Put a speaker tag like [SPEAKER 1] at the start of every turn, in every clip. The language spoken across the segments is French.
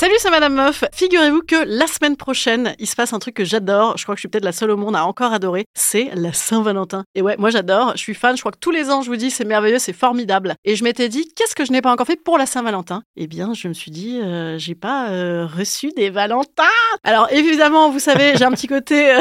[SPEAKER 1] Salut, c'est Madame Meuf. Figurez-vous que la semaine prochaine, il se passe un truc que j'adore. Je crois que je suis peut-être la seule au monde à encore adorer. C'est la Saint-Valentin. Et ouais, moi j'adore. Je suis fan. Je crois que tous les ans, je vous dis, c'est merveilleux, c'est formidable. Et je m'étais dit, qu'est-ce que je n'ai pas encore fait pour la Saint-Valentin Eh bien, je me suis dit, euh, j'ai pas euh, reçu des Valentins. Alors évidemment, vous savez, j'ai un petit côté, euh,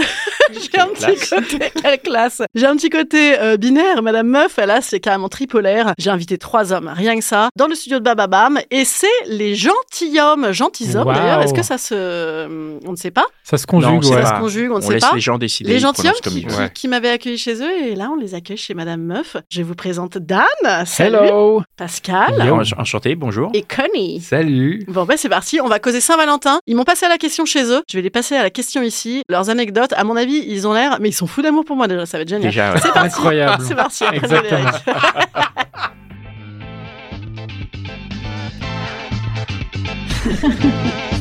[SPEAKER 1] j'ai un
[SPEAKER 2] Quelle
[SPEAKER 1] petit côté quelle classe. J'ai un petit côté euh, binaire. Madame Meuf, là, c'est carrément tripolaire. J'ai invité trois hommes, rien que ça, dans le studio de Bababam. Et c'est les gentilshommes, gentilshommes
[SPEAKER 3] Waouh.
[SPEAKER 1] d'ailleurs. Est-ce que ça se, on ne sait pas.
[SPEAKER 3] Ça se
[SPEAKER 2] Non,
[SPEAKER 3] conjugue,
[SPEAKER 2] c'est
[SPEAKER 3] ouais.
[SPEAKER 1] Ça
[SPEAKER 2] Ah,
[SPEAKER 1] se conjugue, on ne
[SPEAKER 2] On
[SPEAKER 1] sait
[SPEAKER 2] laisse
[SPEAKER 1] pas.
[SPEAKER 2] les gens décider.
[SPEAKER 1] Les
[SPEAKER 2] ils
[SPEAKER 1] gentilshommes
[SPEAKER 2] prononcent comme
[SPEAKER 1] qui,
[SPEAKER 2] ils
[SPEAKER 1] qui-
[SPEAKER 2] veulent.
[SPEAKER 1] qui m'avaient accueilli chez eux et là on les accueille chez Madame Meuf. Je vous présente Dan, salut
[SPEAKER 3] Hello
[SPEAKER 1] Pascal
[SPEAKER 2] Bien,
[SPEAKER 3] Yo.
[SPEAKER 2] ench- Enchanté, bonjour.
[SPEAKER 1] et Connie.
[SPEAKER 3] Salut
[SPEAKER 1] Bon bah c'est parti, on va causer Saint-Valentin. Ils m'ont passé à la question chez eux, je vais les passer à la question ici. Leurs anecdotes, à mon avis, ils ont l'air, mais ils sont fous d'amour pour moi déjà, ça va être génial.
[SPEAKER 2] Déjà, euh, ouais.
[SPEAKER 1] C'est parti.
[SPEAKER 3] Incroyable.
[SPEAKER 1] C'est parti. après le
[SPEAKER 3] Exactement.
[SPEAKER 1] générique.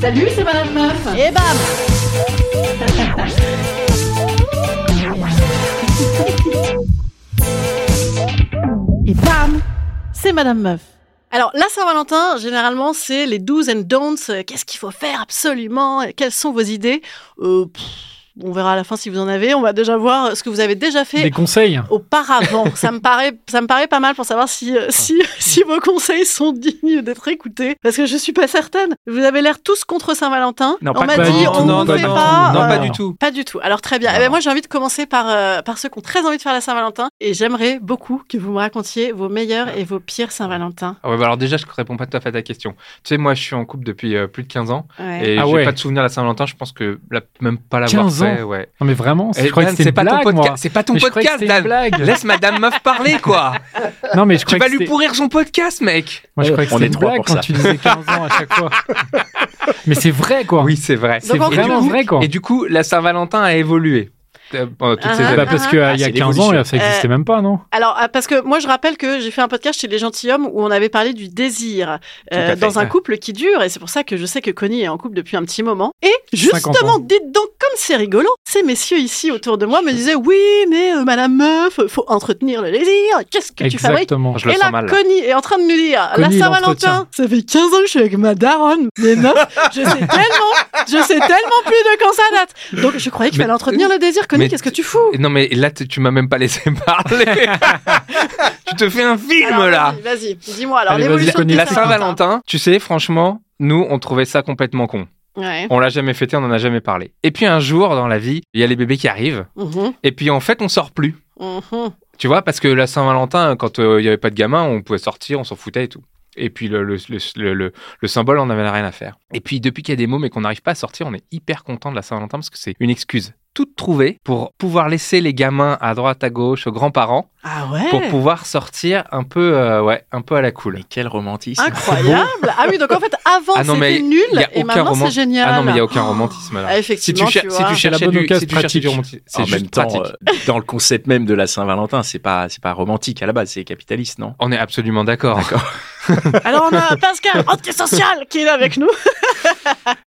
[SPEAKER 1] Salut, c'est Madame Meuf. Et bam. Et bam, c'est Madame Meuf. Alors, la Saint-Valentin, généralement, c'est les do's and don'ts. euh, Qu'est-ce qu'il faut faire absolument et Quelles sont vos idées Euh, pff, On verra à la fin si vous en avez. On va déjà voir ce que vous avez déjà fait
[SPEAKER 3] Des conseils
[SPEAKER 1] auparavant. ça me paraît, ça me paraît pas mal pour savoir si, euh, si, si vos conseils sont dignes d'être écoutés. Parce que je suis pas certaine. Vous avez l'air tous contre Saint-Valentin.
[SPEAKER 2] Non,
[SPEAKER 1] on
[SPEAKER 2] pas-
[SPEAKER 1] m'a
[SPEAKER 2] pas
[SPEAKER 1] dit,
[SPEAKER 2] du tout,
[SPEAKER 1] on
[SPEAKER 3] non,
[SPEAKER 1] ne
[SPEAKER 3] pas
[SPEAKER 1] fait
[SPEAKER 3] du tout.
[SPEAKER 1] pas.
[SPEAKER 3] Non,
[SPEAKER 1] euh,
[SPEAKER 3] pas du
[SPEAKER 2] tout.
[SPEAKER 1] Pas du tout. Alors très bien. Eh
[SPEAKER 2] Non,
[SPEAKER 1] ben,
[SPEAKER 2] non.
[SPEAKER 1] moi j'ai envie de commencer par, euh, par ceux qui ont très envie de faire la Saint-Valentin. Et j'aimerais beaucoup que vous me racontiez vos meilleurs et vos pires Saint-Valentin.
[SPEAKER 4] Ah ouais, bah alors déjà, je ne réponds pas tout à fait à ta question. Tu sais, moi, je suis en couple depuis euh, plus de 15 ans
[SPEAKER 1] Ouais.
[SPEAKER 4] et
[SPEAKER 3] Ah
[SPEAKER 4] j'ai
[SPEAKER 3] ouais.
[SPEAKER 4] pas de souvenir à la Saint-Valentin. Je pense que la- même pas l'avoir
[SPEAKER 3] 15 ans.
[SPEAKER 4] fait. Ouais.
[SPEAKER 3] Non mais vraiment,
[SPEAKER 4] Eh,
[SPEAKER 3] je croyais que
[SPEAKER 4] Dan,
[SPEAKER 3] c'était une
[SPEAKER 4] pas ton
[SPEAKER 3] blague, moi.
[SPEAKER 4] podcast. C'est pas ton
[SPEAKER 3] Mais je croyais que
[SPEAKER 4] podcast,
[SPEAKER 3] c'était une
[SPEAKER 4] Dan.
[SPEAKER 3] blague.
[SPEAKER 4] Laisse Madame Meuf parler, quoi.
[SPEAKER 3] Non mais je
[SPEAKER 4] tu
[SPEAKER 3] croyais
[SPEAKER 4] vas
[SPEAKER 3] que
[SPEAKER 4] lui
[SPEAKER 3] c'était-
[SPEAKER 4] pourrir son podcast, mec.
[SPEAKER 3] Moi je croyais que
[SPEAKER 2] On
[SPEAKER 3] c'était
[SPEAKER 2] est
[SPEAKER 3] une
[SPEAKER 2] trois
[SPEAKER 3] blague
[SPEAKER 2] pour
[SPEAKER 3] quand
[SPEAKER 2] ça.
[SPEAKER 3] tu disais 15 ans à chaque fois. mais c'est vrai, quoi.
[SPEAKER 4] Oui, c'est vrai.
[SPEAKER 3] C'est
[SPEAKER 1] Donc, en fait,
[SPEAKER 3] vraiment
[SPEAKER 4] du coup-
[SPEAKER 3] vrai, quoi.
[SPEAKER 4] Et du coup, la Saint-Valentin a évolué euh, pendant toutes ces
[SPEAKER 1] Ah,
[SPEAKER 3] Bah,
[SPEAKER 4] années.
[SPEAKER 1] ah,
[SPEAKER 3] parce qu'il
[SPEAKER 2] ah,
[SPEAKER 3] y a
[SPEAKER 2] c'est
[SPEAKER 3] 15 ans, ça existait
[SPEAKER 1] Euh,
[SPEAKER 3] même pas, non
[SPEAKER 1] Alors, ah, parce que moi, je rappelle que j'ai fait un podcast chez Les Gentilshommes où on avait parlé du désir euh,
[SPEAKER 2] Tout à fait.
[SPEAKER 1] dans un couple qui dure. Et c'est pour ça que je sais que Connie est en couple depuis un petit moment. Et justement,
[SPEAKER 3] 50 ans.
[SPEAKER 1] dites donc, comme c'est rigolo, ces messieurs ici autour de moi me disaient Oui, mais euh, Madame Meuf, faut entretenir le désir. Qu'est-ce que tu fabriques
[SPEAKER 3] Exactement.
[SPEAKER 4] Je le
[SPEAKER 1] et là,
[SPEAKER 4] sens mal. là.
[SPEAKER 1] Connie est en train de nous dire
[SPEAKER 3] Connie,
[SPEAKER 1] La
[SPEAKER 3] il
[SPEAKER 1] Saint-Valentin,
[SPEAKER 3] entretient.
[SPEAKER 1] ça fait 15 ans que je suis avec ma daronne. Mais non, je sais tellement, je sais tellement plus de quand ça date. Donc, je croyais qu'il
[SPEAKER 4] Mais-
[SPEAKER 1] fallait entretenir le désir. Connie,
[SPEAKER 4] mais-
[SPEAKER 1] qu'est-ce que tu fous
[SPEAKER 4] Et Non, mais là, tu tu m'as même pas laissé parler. tu te fais un film,
[SPEAKER 1] Alors,
[SPEAKER 4] là.
[SPEAKER 1] vas-y, Vas-y, dis-moi. Alors,
[SPEAKER 3] Allez, vas-y,
[SPEAKER 1] l'évolution de
[SPEAKER 3] Connie,
[SPEAKER 1] tes
[SPEAKER 4] La
[SPEAKER 3] Saint-Valentin.
[SPEAKER 4] Saint-Valentin, tu sais, franchement, nous, on trouvait ça complètement con.
[SPEAKER 1] Ouais.
[SPEAKER 4] On l'a jamais fêté, on en a jamais parlé. Et puis un jour dans la vie, il y a les bébés qui arrivent.
[SPEAKER 1] Mhm,
[SPEAKER 4] Et puis en fait, on sort plus.
[SPEAKER 1] mhm.
[SPEAKER 4] Tu vois, parce que la Saint-Valentin, quand euh, il n'y avait pas de gamin, on pouvait sortir, on s'en foutait et tout. Et puis le, le, le, le- le- le symbole, on n'avait rien à faire. Et puis depuis qu'il y a des mots mais qu'on n'arrive pas à sortir, on est hyper content de la Saint-Valentin parce que c'est une excuse toute trouvée pour pouvoir laisser les gamins à droite, à gauche, aux grands-parents,
[SPEAKER 1] Ah ouais
[SPEAKER 4] pour pouvoir sortir un peu, euh, ouais, un peu à la cool.
[SPEAKER 2] Mais quel romantisme.
[SPEAKER 1] Incroyable Ah oui, donc en fait, avant,
[SPEAKER 4] Ah non, mais
[SPEAKER 1] c'était nul,
[SPEAKER 4] y a
[SPEAKER 1] et
[SPEAKER 4] aucun
[SPEAKER 1] maintenant,
[SPEAKER 4] roman-
[SPEAKER 1] c'est génial.
[SPEAKER 4] Ah non, mais il n'y a aucun romantisme là.
[SPEAKER 1] Ah,
[SPEAKER 4] Si tu,
[SPEAKER 1] effectivement,
[SPEAKER 4] cher-
[SPEAKER 1] tu
[SPEAKER 4] si
[SPEAKER 1] vois.
[SPEAKER 4] tu cherchais
[SPEAKER 3] bonne
[SPEAKER 4] du,
[SPEAKER 3] occasion
[SPEAKER 4] si tu cherchais du
[SPEAKER 3] pratique.
[SPEAKER 4] romantisme, c'est
[SPEAKER 2] En
[SPEAKER 4] juste
[SPEAKER 2] même temps,
[SPEAKER 4] pratique.
[SPEAKER 2] euh, dans le concept même de la Saint-Valentin, c'est pas, c'est pas romantique à la base, c'est capitaliste, non
[SPEAKER 4] On est absolument d'accord.
[SPEAKER 1] Alors, on a Pascal, antisocial, qui est là avec nous.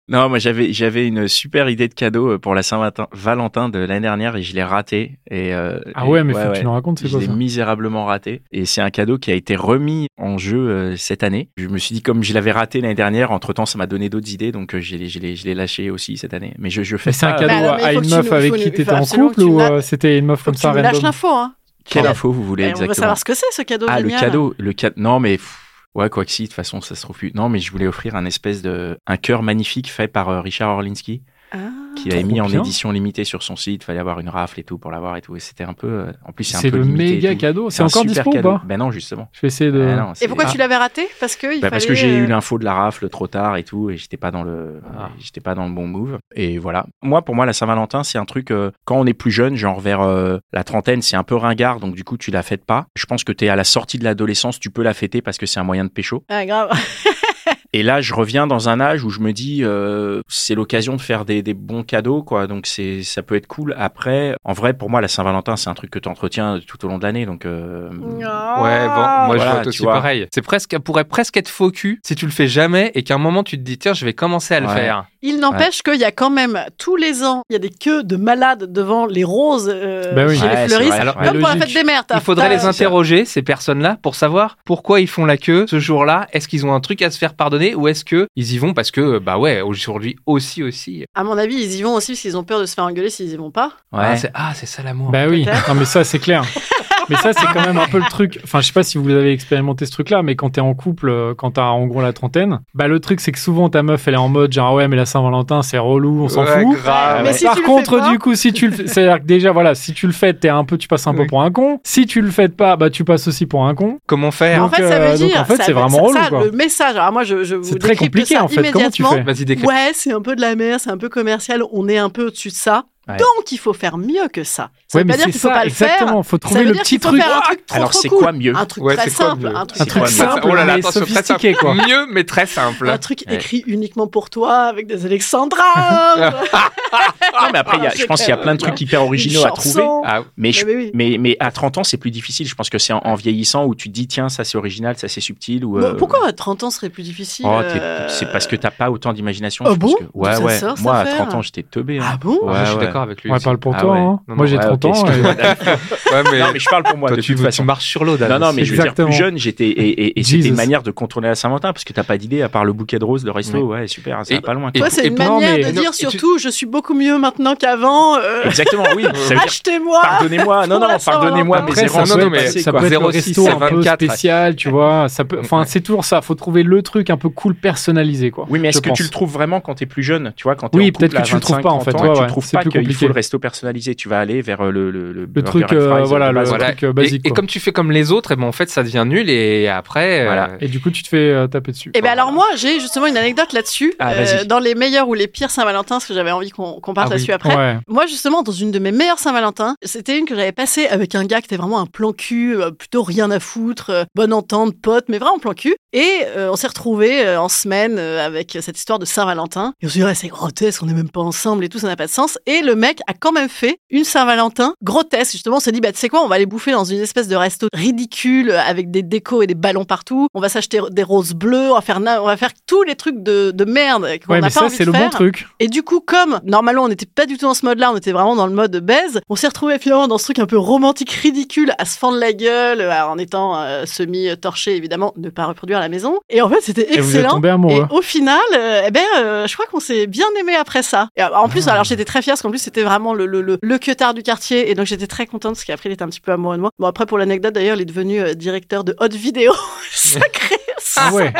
[SPEAKER 2] Non, moi j'avais j'avais une super idée de cadeau euh, pour la Saint-Valentin Valentin de l'année dernière et je l'ai raté. Et euh,
[SPEAKER 3] Ah
[SPEAKER 2] et-
[SPEAKER 3] ouais, mais faut que tu nous racontes, c'est
[SPEAKER 2] Je
[SPEAKER 3] quoi
[SPEAKER 2] l'ai
[SPEAKER 3] ça
[SPEAKER 2] misérablement raté. Et c'est un cadeau qui a été remis en jeu euh, cette année. Je me suis dit, comme je l'avais raté l'année dernière, entre-temps, ça m'a donné d'autres idées. Donc, euh, je l'ai- je l'ai je l'ai lâché aussi cette année. Mais je, je fais
[SPEAKER 3] Mais c'est
[SPEAKER 2] ça.
[SPEAKER 3] un
[SPEAKER 2] euh,
[SPEAKER 1] Mais
[SPEAKER 3] cadeau
[SPEAKER 1] alors, mais il
[SPEAKER 3] à
[SPEAKER 1] faut
[SPEAKER 3] une
[SPEAKER 1] que tu
[SPEAKER 3] meuf
[SPEAKER 1] nous-
[SPEAKER 3] avec
[SPEAKER 1] faut
[SPEAKER 3] qui
[SPEAKER 1] nous-
[SPEAKER 3] t'étais
[SPEAKER 1] faut
[SPEAKER 3] en
[SPEAKER 1] absolument
[SPEAKER 3] couple
[SPEAKER 1] que tu
[SPEAKER 3] ou
[SPEAKER 1] la-
[SPEAKER 3] euh, c'était une meuf
[SPEAKER 1] Faut
[SPEAKER 3] comme
[SPEAKER 1] que tu
[SPEAKER 3] ça,
[SPEAKER 1] nous lâches
[SPEAKER 3] random
[SPEAKER 1] l'info, hein.
[SPEAKER 2] Quelle
[SPEAKER 1] Ouais.
[SPEAKER 2] info vous voulez
[SPEAKER 1] Et on veut
[SPEAKER 2] exactement
[SPEAKER 1] savoir ce que c'est, ce cadeau
[SPEAKER 2] Ah, le
[SPEAKER 1] génial.
[SPEAKER 2] cadeau. Le ca- Non, mais pff, Ouais, quoi que si, de toute façon, ça se trouve plus. Non, mais je voulais offrir un espèce de. un cœur magnifique fait par euh, Richard Orlinski,
[SPEAKER 1] Ah.
[SPEAKER 2] qui avait
[SPEAKER 3] Trop
[SPEAKER 2] mis en
[SPEAKER 3] bien.
[SPEAKER 2] édition limitée sur son site. Fallait avoir une rafle et tout pour l'avoir et tout. Et c'était un peu. euh, En plus, c'est un
[SPEAKER 3] C'est
[SPEAKER 2] peu
[SPEAKER 3] le
[SPEAKER 2] limité et
[SPEAKER 3] méga
[SPEAKER 2] tout.
[SPEAKER 3] cadeau. C'est
[SPEAKER 2] un
[SPEAKER 3] encore
[SPEAKER 2] super
[SPEAKER 3] dispo ou
[SPEAKER 2] cadeau.
[SPEAKER 3] pas Euh,
[SPEAKER 2] Ben non, justement.
[SPEAKER 3] Je vais essayer de.
[SPEAKER 2] Ben non, c'est-
[SPEAKER 1] Et pourquoi tu l'avais raté Parce que il
[SPEAKER 2] Bah, parce que
[SPEAKER 1] fallait,
[SPEAKER 2] j'ai eu
[SPEAKER 1] euh,
[SPEAKER 2] l'info de la rafle trop tard et tout, et j'étais pas dans le,
[SPEAKER 4] Ah.
[SPEAKER 2] j'étais pas dans le bon move. Et voilà. Moi, pour moi, la Saint-Valentin, c'est un truc euh, quand on est plus jeune, genre vers euh, la trentaine, c'est un peu ringard, donc du coup, tu la fêtes pas. Je pense que t'es à la sortie de l'adolescence, tu peux la fêter parce que c'est un moyen de pécho.
[SPEAKER 1] Ah, grave.
[SPEAKER 2] Et là, je reviens dans un âge où je me dis, euh, c'est l'occasion de faire des, des bons cadeaux, quoi. Donc c'est, ça peut être cool. Après, en vrai, pour moi, la Saint-Valentin, c'est un truc que t'entretiens tout au long de l'année, donc. euh,
[SPEAKER 4] Ouais, bon, moi
[SPEAKER 2] Ah. Voilà,
[SPEAKER 4] je
[SPEAKER 2] tu
[SPEAKER 4] vote aussi
[SPEAKER 2] vois.
[SPEAKER 4] pareil. C'est presque, pourrait presque être faux cul si tu le fais jamais et qu'à un moment tu te dis tiens, je vais commencer à le
[SPEAKER 2] Ouais.
[SPEAKER 4] faire.
[SPEAKER 1] Il n'empêche qu'il y a quand même tous les ans, il y a des queues de malades devant les roses euh,
[SPEAKER 3] Bah oui.
[SPEAKER 1] chez
[SPEAKER 2] Ouais, c'est
[SPEAKER 1] les fleuristes.
[SPEAKER 2] vrai,
[SPEAKER 4] Alors,
[SPEAKER 2] ouais.
[SPEAKER 1] Comme pour la
[SPEAKER 3] Logique.
[SPEAKER 1] fête des mères, t'as-
[SPEAKER 4] Il faudrait
[SPEAKER 1] t'as-
[SPEAKER 4] les interroger, ces personnes-là, pour savoir pourquoi ils font la queue ce jour-là. Est-ce qu'ils ont un truc à se faire pardonner ou est-ce que ils y vont parce que, bah ouais, aujourd'hui aussi, aussi.
[SPEAKER 1] À mon avis, ils y vont aussi parce qu'ils ont peur de se faire engueuler s'ils y vont pas.
[SPEAKER 4] Ah,
[SPEAKER 2] Ouais.
[SPEAKER 4] c'est ah, c'est ça l'amour.
[SPEAKER 3] Bah oui,
[SPEAKER 1] Peut-être.
[SPEAKER 3] non mais ça c'est clair. Mais ça c'est quand même un peu le truc. Enfin, je sais pas si vous avez expérimenté ce truc-là, mais quand t'es en couple, euh, quand t'as en gros la trentaine, bah le truc c'est que souvent ta meuf elle est en mode genre Ah ouais mais la Saint-Valentin c'est relou, on s'en
[SPEAKER 4] Ouais,
[SPEAKER 3] fout. Euh,
[SPEAKER 4] grave.
[SPEAKER 1] Mais
[SPEAKER 4] Ouais.
[SPEAKER 1] si
[SPEAKER 3] Par
[SPEAKER 1] tu le
[SPEAKER 3] contre,
[SPEAKER 1] fais pas-
[SPEAKER 3] du coup, si tu le, fais- c'est-à-dire que déjà, voilà, si tu le fais, t'es un peu, tu passes un peu
[SPEAKER 4] Oui.
[SPEAKER 3] pour un con. Si tu le fais pas, bah, tu passes aussi pour un con.
[SPEAKER 4] Comment
[SPEAKER 1] En
[SPEAKER 4] faire
[SPEAKER 3] Donc,
[SPEAKER 1] fait, ça
[SPEAKER 3] euh,
[SPEAKER 1] veut
[SPEAKER 3] donc,
[SPEAKER 1] dire.
[SPEAKER 3] en fait,
[SPEAKER 1] ça-
[SPEAKER 3] c'est vraiment
[SPEAKER 1] ça-
[SPEAKER 3] relou,
[SPEAKER 1] ça,
[SPEAKER 3] quoi.
[SPEAKER 1] Le message. Alors moi, je, je vous
[SPEAKER 3] C'est très
[SPEAKER 1] décrypte
[SPEAKER 3] compliqué,
[SPEAKER 1] ça
[SPEAKER 3] en fait. Comment tu
[SPEAKER 1] immédiatement.
[SPEAKER 3] fais
[SPEAKER 4] Vas-y, décris.
[SPEAKER 1] Ouais, c'est un peu de la merde, c'est un peu commercial, on est un peu au-dessus de ça.
[SPEAKER 2] Ouais.
[SPEAKER 1] Donc il faut faire mieux que ça. Ça
[SPEAKER 3] Ouais,
[SPEAKER 1] veut
[SPEAKER 3] mais
[SPEAKER 1] pas dire
[SPEAKER 3] c'est
[SPEAKER 1] qu'il faut
[SPEAKER 3] ça,
[SPEAKER 1] pas le faire.
[SPEAKER 3] exactement. Faut
[SPEAKER 1] Ça
[SPEAKER 3] trouver
[SPEAKER 1] veut
[SPEAKER 3] le
[SPEAKER 1] dire
[SPEAKER 3] petit
[SPEAKER 1] qu'il faut
[SPEAKER 3] truc. Ah,
[SPEAKER 1] faire un truc trop,
[SPEAKER 2] Alors
[SPEAKER 1] trop
[SPEAKER 2] c'est
[SPEAKER 1] cool.
[SPEAKER 2] quoi mieux
[SPEAKER 1] Un truc
[SPEAKER 4] Ouais,
[SPEAKER 1] très
[SPEAKER 4] c'est quoi
[SPEAKER 1] simple,
[SPEAKER 4] mieux
[SPEAKER 1] un
[SPEAKER 3] Un
[SPEAKER 1] truc,
[SPEAKER 3] truc
[SPEAKER 1] très
[SPEAKER 2] Ouais, mais-
[SPEAKER 3] simple,
[SPEAKER 4] Oh là là,
[SPEAKER 3] mais
[SPEAKER 4] attention, très
[SPEAKER 3] sophistiqué, quoi.
[SPEAKER 4] Mieux, mais très simple.
[SPEAKER 1] Un truc
[SPEAKER 2] Ouais.
[SPEAKER 1] écrit uniquement pour toi, avec des
[SPEAKER 3] Ah.
[SPEAKER 1] alexandrins.
[SPEAKER 2] Non, Ah, mais après, il y a- je pense qu'il y a plein de trucs hyper originaux à trouver.
[SPEAKER 4] Ah,
[SPEAKER 2] Mais, je-
[SPEAKER 1] Ah, mais oui.
[SPEAKER 2] mais, mais à 30 ans, c'est plus difficile. Je pense que c'est en, en vieillissant où tu te dis, tiens, ça c'est original, ça c'est subtil. Ou, euh,
[SPEAKER 1] Pourquoi à 30 ans serait plus difficile
[SPEAKER 2] Oh, t'es-
[SPEAKER 1] euh,
[SPEAKER 2] C'est parce que t'as pas autant d'imagination.
[SPEAKER 1] Ah
[SPEAKER 2] je pense
[SPEAKER 1] bon
[SPEAKER 2] que- Ouais,
[SPEAKER 1] D'où ça
[SPEAKER 2] ouais.
[SPEAKER 1] sort, cette
[SPEAKER 2] Moi, à
[SPEAKER 1] affaire
[SPEAKER 2] 30 ans, j'étais teubé. hein.
[SPEAKER 1] Ah bon
[SPEAKER 2] Ouais,
[SPEAKER 4] je suis
[SPEAKER 2] ouais.
[SPEAKER 4] d'accord avec lui.
[SPEAKER 3] Ouais,
[SPEAKER 4] aussi.
[SPEAKER 3] parle pour
[SPEAKER 2] Ah
[SPEAKER 3] toi.
[SPEAKER 2] ouais.
[SPEAKER 3] hein.
[SPEAKER 4] Non,
[SPEAKER 3] Moi,
[SPEAKER 4] non,
[SPEAKER 3] j'ai
[SPEAKER 2] ouais,
[SPEAKER 3] 30
[SPEAKER 2] ok,
[SPEAKER 3] ans. et-
[SPEAKER 2] excuse-moi.
[SPEAKER 4] Ouais, mais,
[SPEAKER 2] Non, mais je parle pour moi
[SPEAKER 4] euh, toi,
[SPEAKER 2] de
[SPEAKER 4] tu,
[SPEAKER 2] toute
[SPEAKER 4] tu
[SPEAKER 2] façon.
[SPEAKER 4] marches sur l'eau,
[SPEAKER 2] Non,
[SPEAKER 4] Dallas.
[SPEAKER 2] non, mais je veux dire,
[SPEAKER 3] Exactement.
[SPEAKER 2] plus jeune, j'étais. Et, et- et c'était
[SPEAKER 3] Jesus.
[SPEAKER 2] une manière de contourner la Saint-Valentin parce que t'as pas d'idée, à part le bouquet de roses, le resto, ouais, super, ça
[SPEAKER 4] Et-
[SPEAKER 2] va pas loin.
[SPEAKER 4] et-
[SPEAKER 2] quoi.
[SPEAKER 1] Toi, c'est une
[SPEAKER 4] pour- non,
[SPEAKER 1] manière
[SPEAKER 3] mais-
[SPEAKER 1] de
[SPEAKER 4] non,
[SPEAKER 1] dire
[SPEAKER 4] et tu-
[SPEAKER 1] surtout, je suis beaucoup mieux maintenant qu'avant. euh,
[SPEAKER 2] Exactement, oui. Ça veut dire,
[SPEAKER 1] Achetez-moi.
[SPEAKER 2] pardonnez-moi. Non,
[SPEAKER 1] Pour
[SPEAKER 2] non,
[SPEAKER 1] la
[SPEAKER 2] pardonnez-moi,
[SPEAKER 1] Saint-Valentin.
[SPEAKER 2] mais
[SPEAKER 3] Après,
[SPEAKER 2] errants,
[SPEAKER 3] ça,
[SPEAKER 4] non,
[SPEAKER 3] peut
[SPEAKER 2] c'est
[SPEAKER 3] être,
[SPEAKER 4] mais
[SPEAKER 2] passé,
[SPEAKER 3] ça
[SPEAKER 2] quoi.
[SPEAKER 3] peut être le
[SPEAKER 4] 06,
[SPEAKER 3] resto un peu
[SPEAKER 4] 24,
[SPEAKER 3] spécial, tu vois. Ça peut, enfin,
[SPEAKER 4] Ouais.
[SPEAKER 3] c'est toujours ça. Faut trouver le truc un peu cool personnalisé, quoi.
[SPEAKER 2] Oui, mais est-ce
[SPEAKER 3] je
[SPEAKER 2] que tu
[SPEAKER 3] pense.
[SPEAKER 2] le trouves vraiment quand t'es plus jeune Tu vois, quand t'es
[SPEAKER 3] Oui,
[SPEAKER 2] en couple
[SPEAKER 3] peut-être que
[SPEAKER 2] à
[SPEAKER 3] tu le trouves
[SPEAKER 2] 25,
[SPEAKER 3] pas, en fait.
[SPEAKER 2] 30 ans et
[SPEAKER 3] Ouais,
[SPEAKER 2] tu
[SPEAKER 3] ouais,
[SPEAKER 2] trouves
[SPEAKER 3] c'est
[SPEAKER 2] pas
[SPEAKER 3] plus
[SPEAKER 2] qu'il
[SPEAKER 3] compliqué.
[SPEAKER 2] faut le resto personnalisé. Tu vas aller vers euh, le le le, burger
[SPEAKER 3] truc,
[SPEAKER 2] and
[SPEAKER 3] euh,
[SPEAKER 2] fries de
[SPEAKER 3] voilà,
[SPEAKER 2] base,
[SPEAKER 3] le
[SPEAKER 2] quoi.
[SPEAKER 3] truc, euh, basique,
[SPEAKER 4] Et, et
[SPEAKER 3] quoi.
[SPEAKER 4] comme tu fais comme les autres, et ben en fait, ça devient nul et après. euh,
[SPEAKER 2] Voilà.
[SPEAKER 3] Et du coup, tu te fais euh, taper dessus.
[SPEAKER 1] Eh bien alors moi j'ai justement une anecdote là-dessus, euh,
[SPEAKER 2] Ah, vas-y.
[SPEAKER 1] dans les meilleurs ou les pires Saint-Valentin, parce que j'avais envie qu'on qu'on parte
[SPEAKER 4] Ah oui.
[SPEAKER 1] là-dessus après.
[SPEAKER 3] Ouais.
[SPEAKER 1] Moi justement dans une de mes meilleures Saint-Valentin, c'était une que j'avais passée avec un gars qui était vraiment un plan cul, euh, plutôt rien à foutre, euh, bonne entente, pote, mais vraiment plan cul. Et euh, on s'est retrouvés euh, en semaine euh, avec cette histoire de Saint-Valentin. Et on s'est dit ouais, c'est grotesque, on n'est même pas ensemble et tout, ça n'a pas de sens. Et le mec a quand même fait une Saint-Valentin grotesque. Justement on s'est dit bah tu sais quoi, on va aller bouffer dans une espèce de resto ridicule euh, avec des décos et des ballons partout. On va s'acheter des roses bleues, on va faire na- on va faire tous les trucs de, de merde qu'on
[SPEAKER 3] Ouais,
[SPEAKER 1] n'a
[SPEAKER 3] mais
[SPEAKER 1] pas
[SPEAKER 3] ça,
[SPEAKER 1] envie
[SPEAKER 3] c'est
[SPEAKER 1] de
[SPEAKER 3] le
[SPEAKER 1] faire.
[SPEAKER 3] bon truc.
[SPEAKER 1] Et du coup, comme normalement on n'était pas du tout dans ce mode-là, on était vraiment dans le mode baise, on s'est retrouvé finalement dans ce truc un peu romantique, ridicule, à se fendre la gueule, à- en étant euh, semi-torché évidemment, ne pas reproduire à la maison. Et en fait, c'était
[SPEAKER 3] Et vous êtes
[SPEAKER 1] excellent.
[SPEAKER 3] tombé
[SPEAKER 1] Et
[SPEAKER 3] amoureux.
[SPEAKER 1] au final, euh, eh ben, euh, je crois qu'on s'est bien aimé après ça. Et, euh, en plus,
[SPEAKER 3] Ah.
[SPEAKER 1] alors j'étais très fière parce qu'en plus c'était vraiment le le le, le queutard du quartier et donc j'étais très contente parce qu'après il était un petit peu amoureux de moi. Bon après pour l'anecdote d'ailleurs, il est devenu euh, directeur de haute vidéo. Sacré.
[SPEAKER 3] Ah ouais.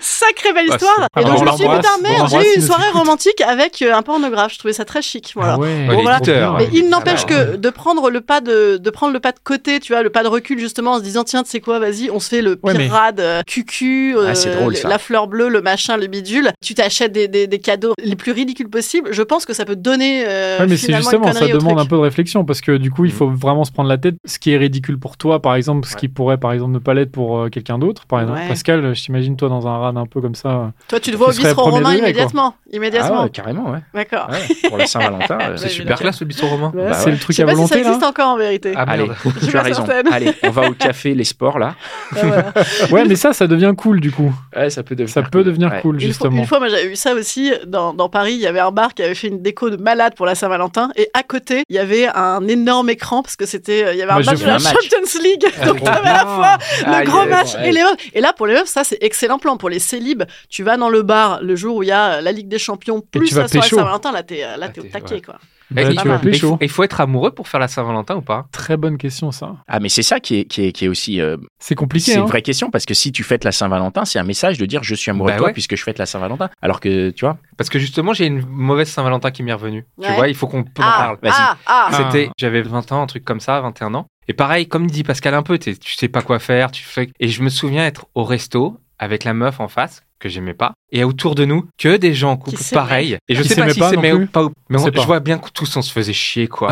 [SPEAKER 1] Sacrée belle
[SPEAKER 4] Bah,
[SPEAKER 1] histoire.
[SPEAKER 4] c'est-
[SPEAKER 1] Et donc
[SPEAKER 3] Ah,
[SPEAKER 1] je
[SPEAKER 3] on
[SPEAKER 1] me suis dit,
[SPEAKER 3] l'embrasse.
[SPEAKER 1] putain,
[SPEAKER 3] On
[SPEAKER 1] merde,
[SPEAKER 3] l'embrasse,
[SPEAKER 1] j'ai eu
[SPEAKER 3] il
[SPEAKER 1] une
[SPEAKER 3] nous
[SPEAKER 1] soirée
[SPEAKER 3] écoute.
[SPEAKER 1] romantique avec euh, un pornographe. Je trouvais ça très chic. Voilà.
[SPEAKER 3] Ah ouais.
[SPEAKER 4] Ouais,
[SPEAKER 1] Bon,
[SPEAKER 4] les
[SPEAKER 1] voilà.
[SPEAKER 4] écouteurs,
[SPEAKER 1] Mais
[SPEAKER 4] ouais.
[SPEAKER 1] il euh, n'empêche
[SPEAKER 4] Ah,
[SPEAKER 1] que de prendre le pas de, de prendre le pas de côté, tu vois, le pas de recul justement en se disant tiens, tu sais quoi, vas-y, on se fait le
[SPEAKER 3] Ouais, mais-
[SPEAKER 1] pirate, euh, cucu,
[SPEAKER 2] Ah, c'est
[SPEAKER 1] euh,
[SPEAKER 2] drôle, ça.
[SPEAKER 1] la fleur bleue, le machin, le bidule. Tu t'achètes des, des, des cadeaux les plus ridicules possibles. Je pense que ça peut donner. Euh,
[SPEAKER 3] Ouais, mais c'est
[SPEAKER 1] finalement une
[SPEAKER 3] justement, ça
[SPEAKER 1] connerie au
[SPEAKER 3] demande un
[SPEAKER 1] truc.
[SPEAKER 3] peu de réflexion parce que du coup, il faut vraiment se prendre la tête. Ce qui est ridicule pour toi, par exemple, ce qui pourrait, par exemple, ne pas l'être pour euh, quelqu'un d'autre. Par exemple,
[SPEAKER 1] Ouais.
[SPEAKER 3] Pascal, je t'imagine, toi, dans un rad un peu comme ça.
[SPEAKER 1] Toi, tu te vois au
[SPEAKER 3] Tu serais
[SPEAKER 1] bistrot
[SPEAKER 3] premier
[SPEAKER 1] romain
[SPEAKER 3] degré, quoi.
[SPEAKER 1] immédiatement. Immédiatement.
[SPEAKER 2] Ah ouais, carrément, ouais.
[SPEAKER 1] D'accord.
[SPEAKER 2] Ouais, Pour la Saint-Valentin, euh,
[SPEAKER 4] C'est
[SPEAKER 1] Ouais,
[SPEAKER 4] super classe le bistrot romain.
[SPEAKER 1] Ouais,
[SPEAKER 2] Bah
[SPEAKER 3] c'est
[SPEAKER 2] ouais.
[SPEAKER 3] le
[SPEAKER 1] Je
[SPEAKER 3] truc
[SPEAKER 1] sais
[SPEAKER 3] à
[SPEAKER 1] pas si ça
[SPEAKER 3] volonté, là.
[SPEAKER 1] existe encore en vérité.
[SPEAKER 4] Ah
[SPEAKER 2] Allez,
[SPEAKER 4] merde.
[SPEAKER 1] suis
[SPEAKER 2] tu as
[SPEAKER 1] pas
[SPEAKER 2] raison.
[SPEAKER 1] certaine.
[SPEAKER 2] Allez, on va au café, les sports là.
[SPEAKER 1] Ah, voilà.
[SPEAKER 3] Ouais, mais ça, ça devient cool, du coup.
[SPEAKER 2] Ouais, ça peut devenir.
[SPEAKER 3] Ça peut devenir
[SPEAKER 2] Ouais.
[SPEAKER 3] cool,
[SPEAKER 1] Une fois,
[SPEAKER 3] justement.
[SPEAKER 1] une fois, moi, j'avais eu ça aussi dans, dans Paris. Il y avait un bar qui avait fait une déco de malade pour la Saint-Valentin, et à côté, il y avait un énorme écran parce que c'était, euh, il y avait un
[SPEAKER 3] Moi,
[SPEAKER 1] match
[SPEAKER 3] je
[SPEAKER 1] de la
[SPEAKER 2] vois un match.
[SPEAKER 1] Champions League,
[SPEAKER 3] Ah,
[SPEAKER 1] donc
[SPEAKER 2] Ah,
[SPEAKER 4] trop
[SPEAKER 1] t'avais à la fois le
[SPEAKER 4] Ah,
[SPEAKER 1] grand
[SPEAKER 4] yes.
[SPEAKER 1] match
[SPEAKER 2] ouais.
[SPEAKER 1] et les meufs. Et là, pour les meufs, ça c'est excellent plan pour les célibes. Tu vas dans le bar le jour où il y a euh, la Ligue des Champions
[SPEAKER 3] Et
[SPEAKER 1] plus
[SPEAKER 3] tu vas
[SPEAKER 1] la soirée
[SPEAKER 3] pécho.
[SPEAKER 1] Saint-Valentin. Là, t'es, euh, là,
[SPEAKER 4] Ah,
[SPEAKER 1] t'es au
[SPEAKER 4] t'es-
[SPEAKER 1] taquet,
[SPEAKER 4] ouais.
[SPEAKER 1] quoi.
[SPEAKER 3] Bah,
[SPEAKER 4] Eh,
[SPEAKER 3] tu
[SPEAKER 4] il-
[SPEAKER 3] vas plus
[SPEAKER 4] il faut-
[SPEAKER 3] chaud.
[SPEAKER 4] il faut être amoureux pour faire la Saint-Valentin ou pas
[SPEAKER 3] Très bonne question, ça.
[SPEAKER 2] Ah, mais c'est ça qui est, qui est, qui est aussi. euh,
[SPEAKER 3] C'est compliqué.
[SPEAKER 2] c'est
[SPEAKER 3] hein.
[SPEAKER 2] une vraie question parce que si tu fêtes la Saint-Valentin, c'est un message de dire je suis amoureux
[SPEAKER 4] Bah
[SPEAKER 2] de toi
[SPEAKER 4] ouais.
[SPEAKER 2] puisque je fête la Saint-Valentin. Alors que, tu vois,
[SPEAKER 4] Parce que justement, j'ai une mauvaise Saint-Valentin qui m'est revenue. Tu
[SPEAKER 1] Ouais.
[SPEAKER 4] vois, il faut qu'on qu'on en
[SPEAKER 1] Ah,
[SPEAKER 4] parle. Vas-y.
[SPEAKER 1] ah, ah.
[SPEAKER 3] Ah.
[SPEAKER 4] C'était, j'avais 20 ans, un truc comme ça, 21 ans. Et pareil, comme dit Pascal un peu, t'es- tu sais pas quoi faire, tu fais. Et je me souviens être au resto avec la meuf en face que j'aimais pas et autour de nous que des gens en couple
[SPEAKER 1] s'aimaient.
[SPEAKER 4] pareil. Et je
[SPEAKER 3] Qui
[SPEAKER 4] sais pas
[SPEAKER 3] s'aimaient
[SPEAKER 4] si
[SPEAKER 3] pas
[SPEAKER 4] c'est
[SPEAKER 3] non
[SPEAKER 4] mais
[SPEAKER 3] plus.
[SPEAKER 4] pas, mais
[SPEAKER 3] On
[SPEAKER 4] on-
[SPEAKER 3] sait pas.
[SPEAKER 4] je vois bien que tous on se faisait chier quoi.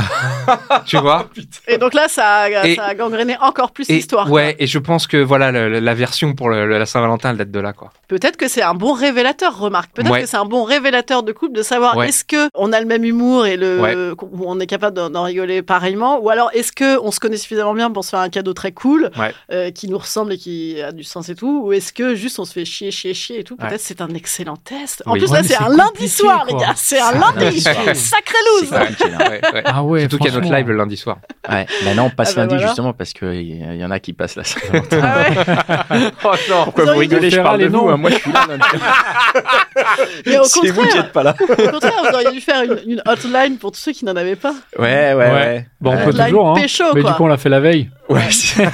[SPEAKER 4] tu vois
[SPEAKER 1] Et donc là, ça a,
[SPEAKER 4] Et-
[SPEAKER 1] ça a gangréné encore plus
[SPEAKER 4] Et
[SPEAKER 1] l'histoire. quoi.
[SPEAKER 4] ouais, et je pense que voilà le- le- la version pour le- le- la Saint-Valentin elle date de là quoi.
[SPEAKER 1] Peut-être que c'est un bon révélateur, remarque. Peut-être
[SPEAKER 4] Ouais.
[SPEAKER 1] que c'est un bon révélateur de couple de savoir
[SPEAKER 4] Ouais.
[SPEAKER 1] est-ce que on a le même humour et le
[SPEAKER 4] Ouais.
[SPEAKER 1] qu'on- on est capable d'en- d'en rigoler pareillement, ou alors est-ce que on se connaît suffisamment bien pour se faire un cadeau très cool
[SPEAKER 4] Ouais.
[SPEAKER 1] euh, qui nous ressemble et qui a du sens et tout, ou est-ce que juste on se fait chier, chier, chier et tout. Peut-être
[SPEAKER 4] Ouais.
[SPEAKER 1] c'est un excellent test. En
[SPEAKER 4] Oui.
[SPEAKER 1] plus
[SPEAKER 3] Ouais,
[SPEAKER 1] là,
[SPEAKER 3] mais
[SPEAKER 1] c'est
[SPEAKER 3] c'est
[SPEAKER 1] un lundi
[SPEAKER 3] compliqué,
[SPEAKER 1] soir, les
[SPEAKER 3] quoi.
[SPEAKER 1] gars. C'est un
[SPEAKER 2] un
[SPEAKER 1] lundi.
[SPEAKER 2] lundi soir.
[SPEAKER 1] Sacré
[SPEAKER 2] c'est
[SPEAKER 1] loose.
[SPEAKER 2] compliqué. là.
[SPEAKER 4] Ouais, ouais.
[SPEAKER 3] Ah ouais,
[SPEAKER 4] Surtout qu'il y a notre
[SPEAKER 3] franchement.
[SPEAKER 4] live le lundi soir.
[SPEAKER 2] Ouais. Bah non, on passe
[SPEAKER 1] Ah bah
[SPEAKER 2] lundi
[SPEAKER 1] voilà.
[SPEAKER 2] justement parce qu'il y y en a qui passent la Saint-Valentin.
[SPEAKER 1] Ah ouais.
[SPEAKER 4] oh non.
[SPEAKER 2] Pourquoi
[SPEAKER 1] Ils ont
[SPEAKER 2] vous
[SPEAKER 1] une
[SPEAKER 2] rigolez Je
[SPEAKER 3] différence,
[SPEAKER 2] parle de
[SPEAKER 3] les
[SPEAKER 2] vous,
[SPEAKER 3] noms.
[SPEAKER 2] hein. moi je suis là. lundi.
[SPEAKER 1] Mais au
[SPEAKER 2] C'est vous qui
[SPEAKER 1] contraire,
[SPEAKER 2] n'êtes pas là.
[SPEAKER 1] au contraire, vous auriez dû faire une, une hotline pour tous ceux qui n'en avaient pas.
[SPEAKER 2] Ouais, ouais,
[SPEAKER 3] Ouais.
[SPEAKER 2] ouais.
[SPEAKER 3] Bon, on
[SPEAKER 2] Ouais.
[SPEAKER 3] peut
[SPEAKER 1] Hotline
[SPEAKER 3] toujours, hein.
[SPEAKER 1] pécho,
[SPEAKER 3] mais
[SPEAKER 1] quoi.
[SPEAKER 3] du coup, on l'a fait la veille.
[SPEAKER 2] Ouais, c'est-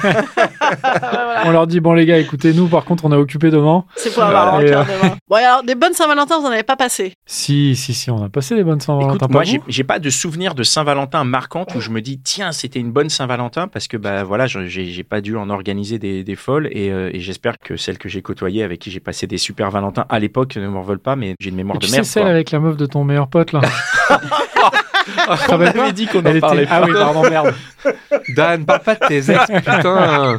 [SPEAKER 3] On leur dit, bon, les gars, écoutez, nous, par contre, on est occupés demain.
[SPEAKER 1] C'est pour avoir
[SPEAKER 3] Voilà.
[SPEAKER 1] l'encart demain. Bon, et alors, des bonnes Saint-Valentin, vous n'en avez pas passé.
[SPEAKER 3] Si, si, si, on a passé les bonnes Saint-Valentin.
[SPEAKER 2] Écoute,
[SPEAKER 3] pas
[SPEAKER 2] moi,
[SPEAKER 3] vous
[SPEAKER 2] j'ai j'ai pas de souvenir de Saint-Valentin marquante où je me dis tiens, c'était une bonne Saint-Valentin parce que bah voilà, je- j'ai j'ai pas dû en organiser des, des folles et, euh, et j'espère que celles que j'ai côtoyées avec qui j'ai passé des super Valentins à l'époque ne m'en veulent pas, mais j'ai une mémoire
[SPEAKER 3] Et tu
[SPEAKER 2] de
[SPEAKER 3] sais
[SPEAKER 2] merde.
[SPEAKER 3] celle
[SPEAKER 2] quoi.
[SPEAKER 3] avec la meuf de ton meilleur pote là
[SPEAKER 2] On
[SPEAKER 3] rappelles
[SPEAKER 2] m'avait
[SPEAKER 3] pas
[SPEAKER 2] dit qu'on en
[SPEAKER 3] Elle était-
[SPEAKER 2] parlait
[SPEAKER 3] Ah
[SPEAKER 2] pas.
[SPEAKER 3] oui, pardon, merde.
[SPEAKER 4] Dan, parle pas de tes ex, putain.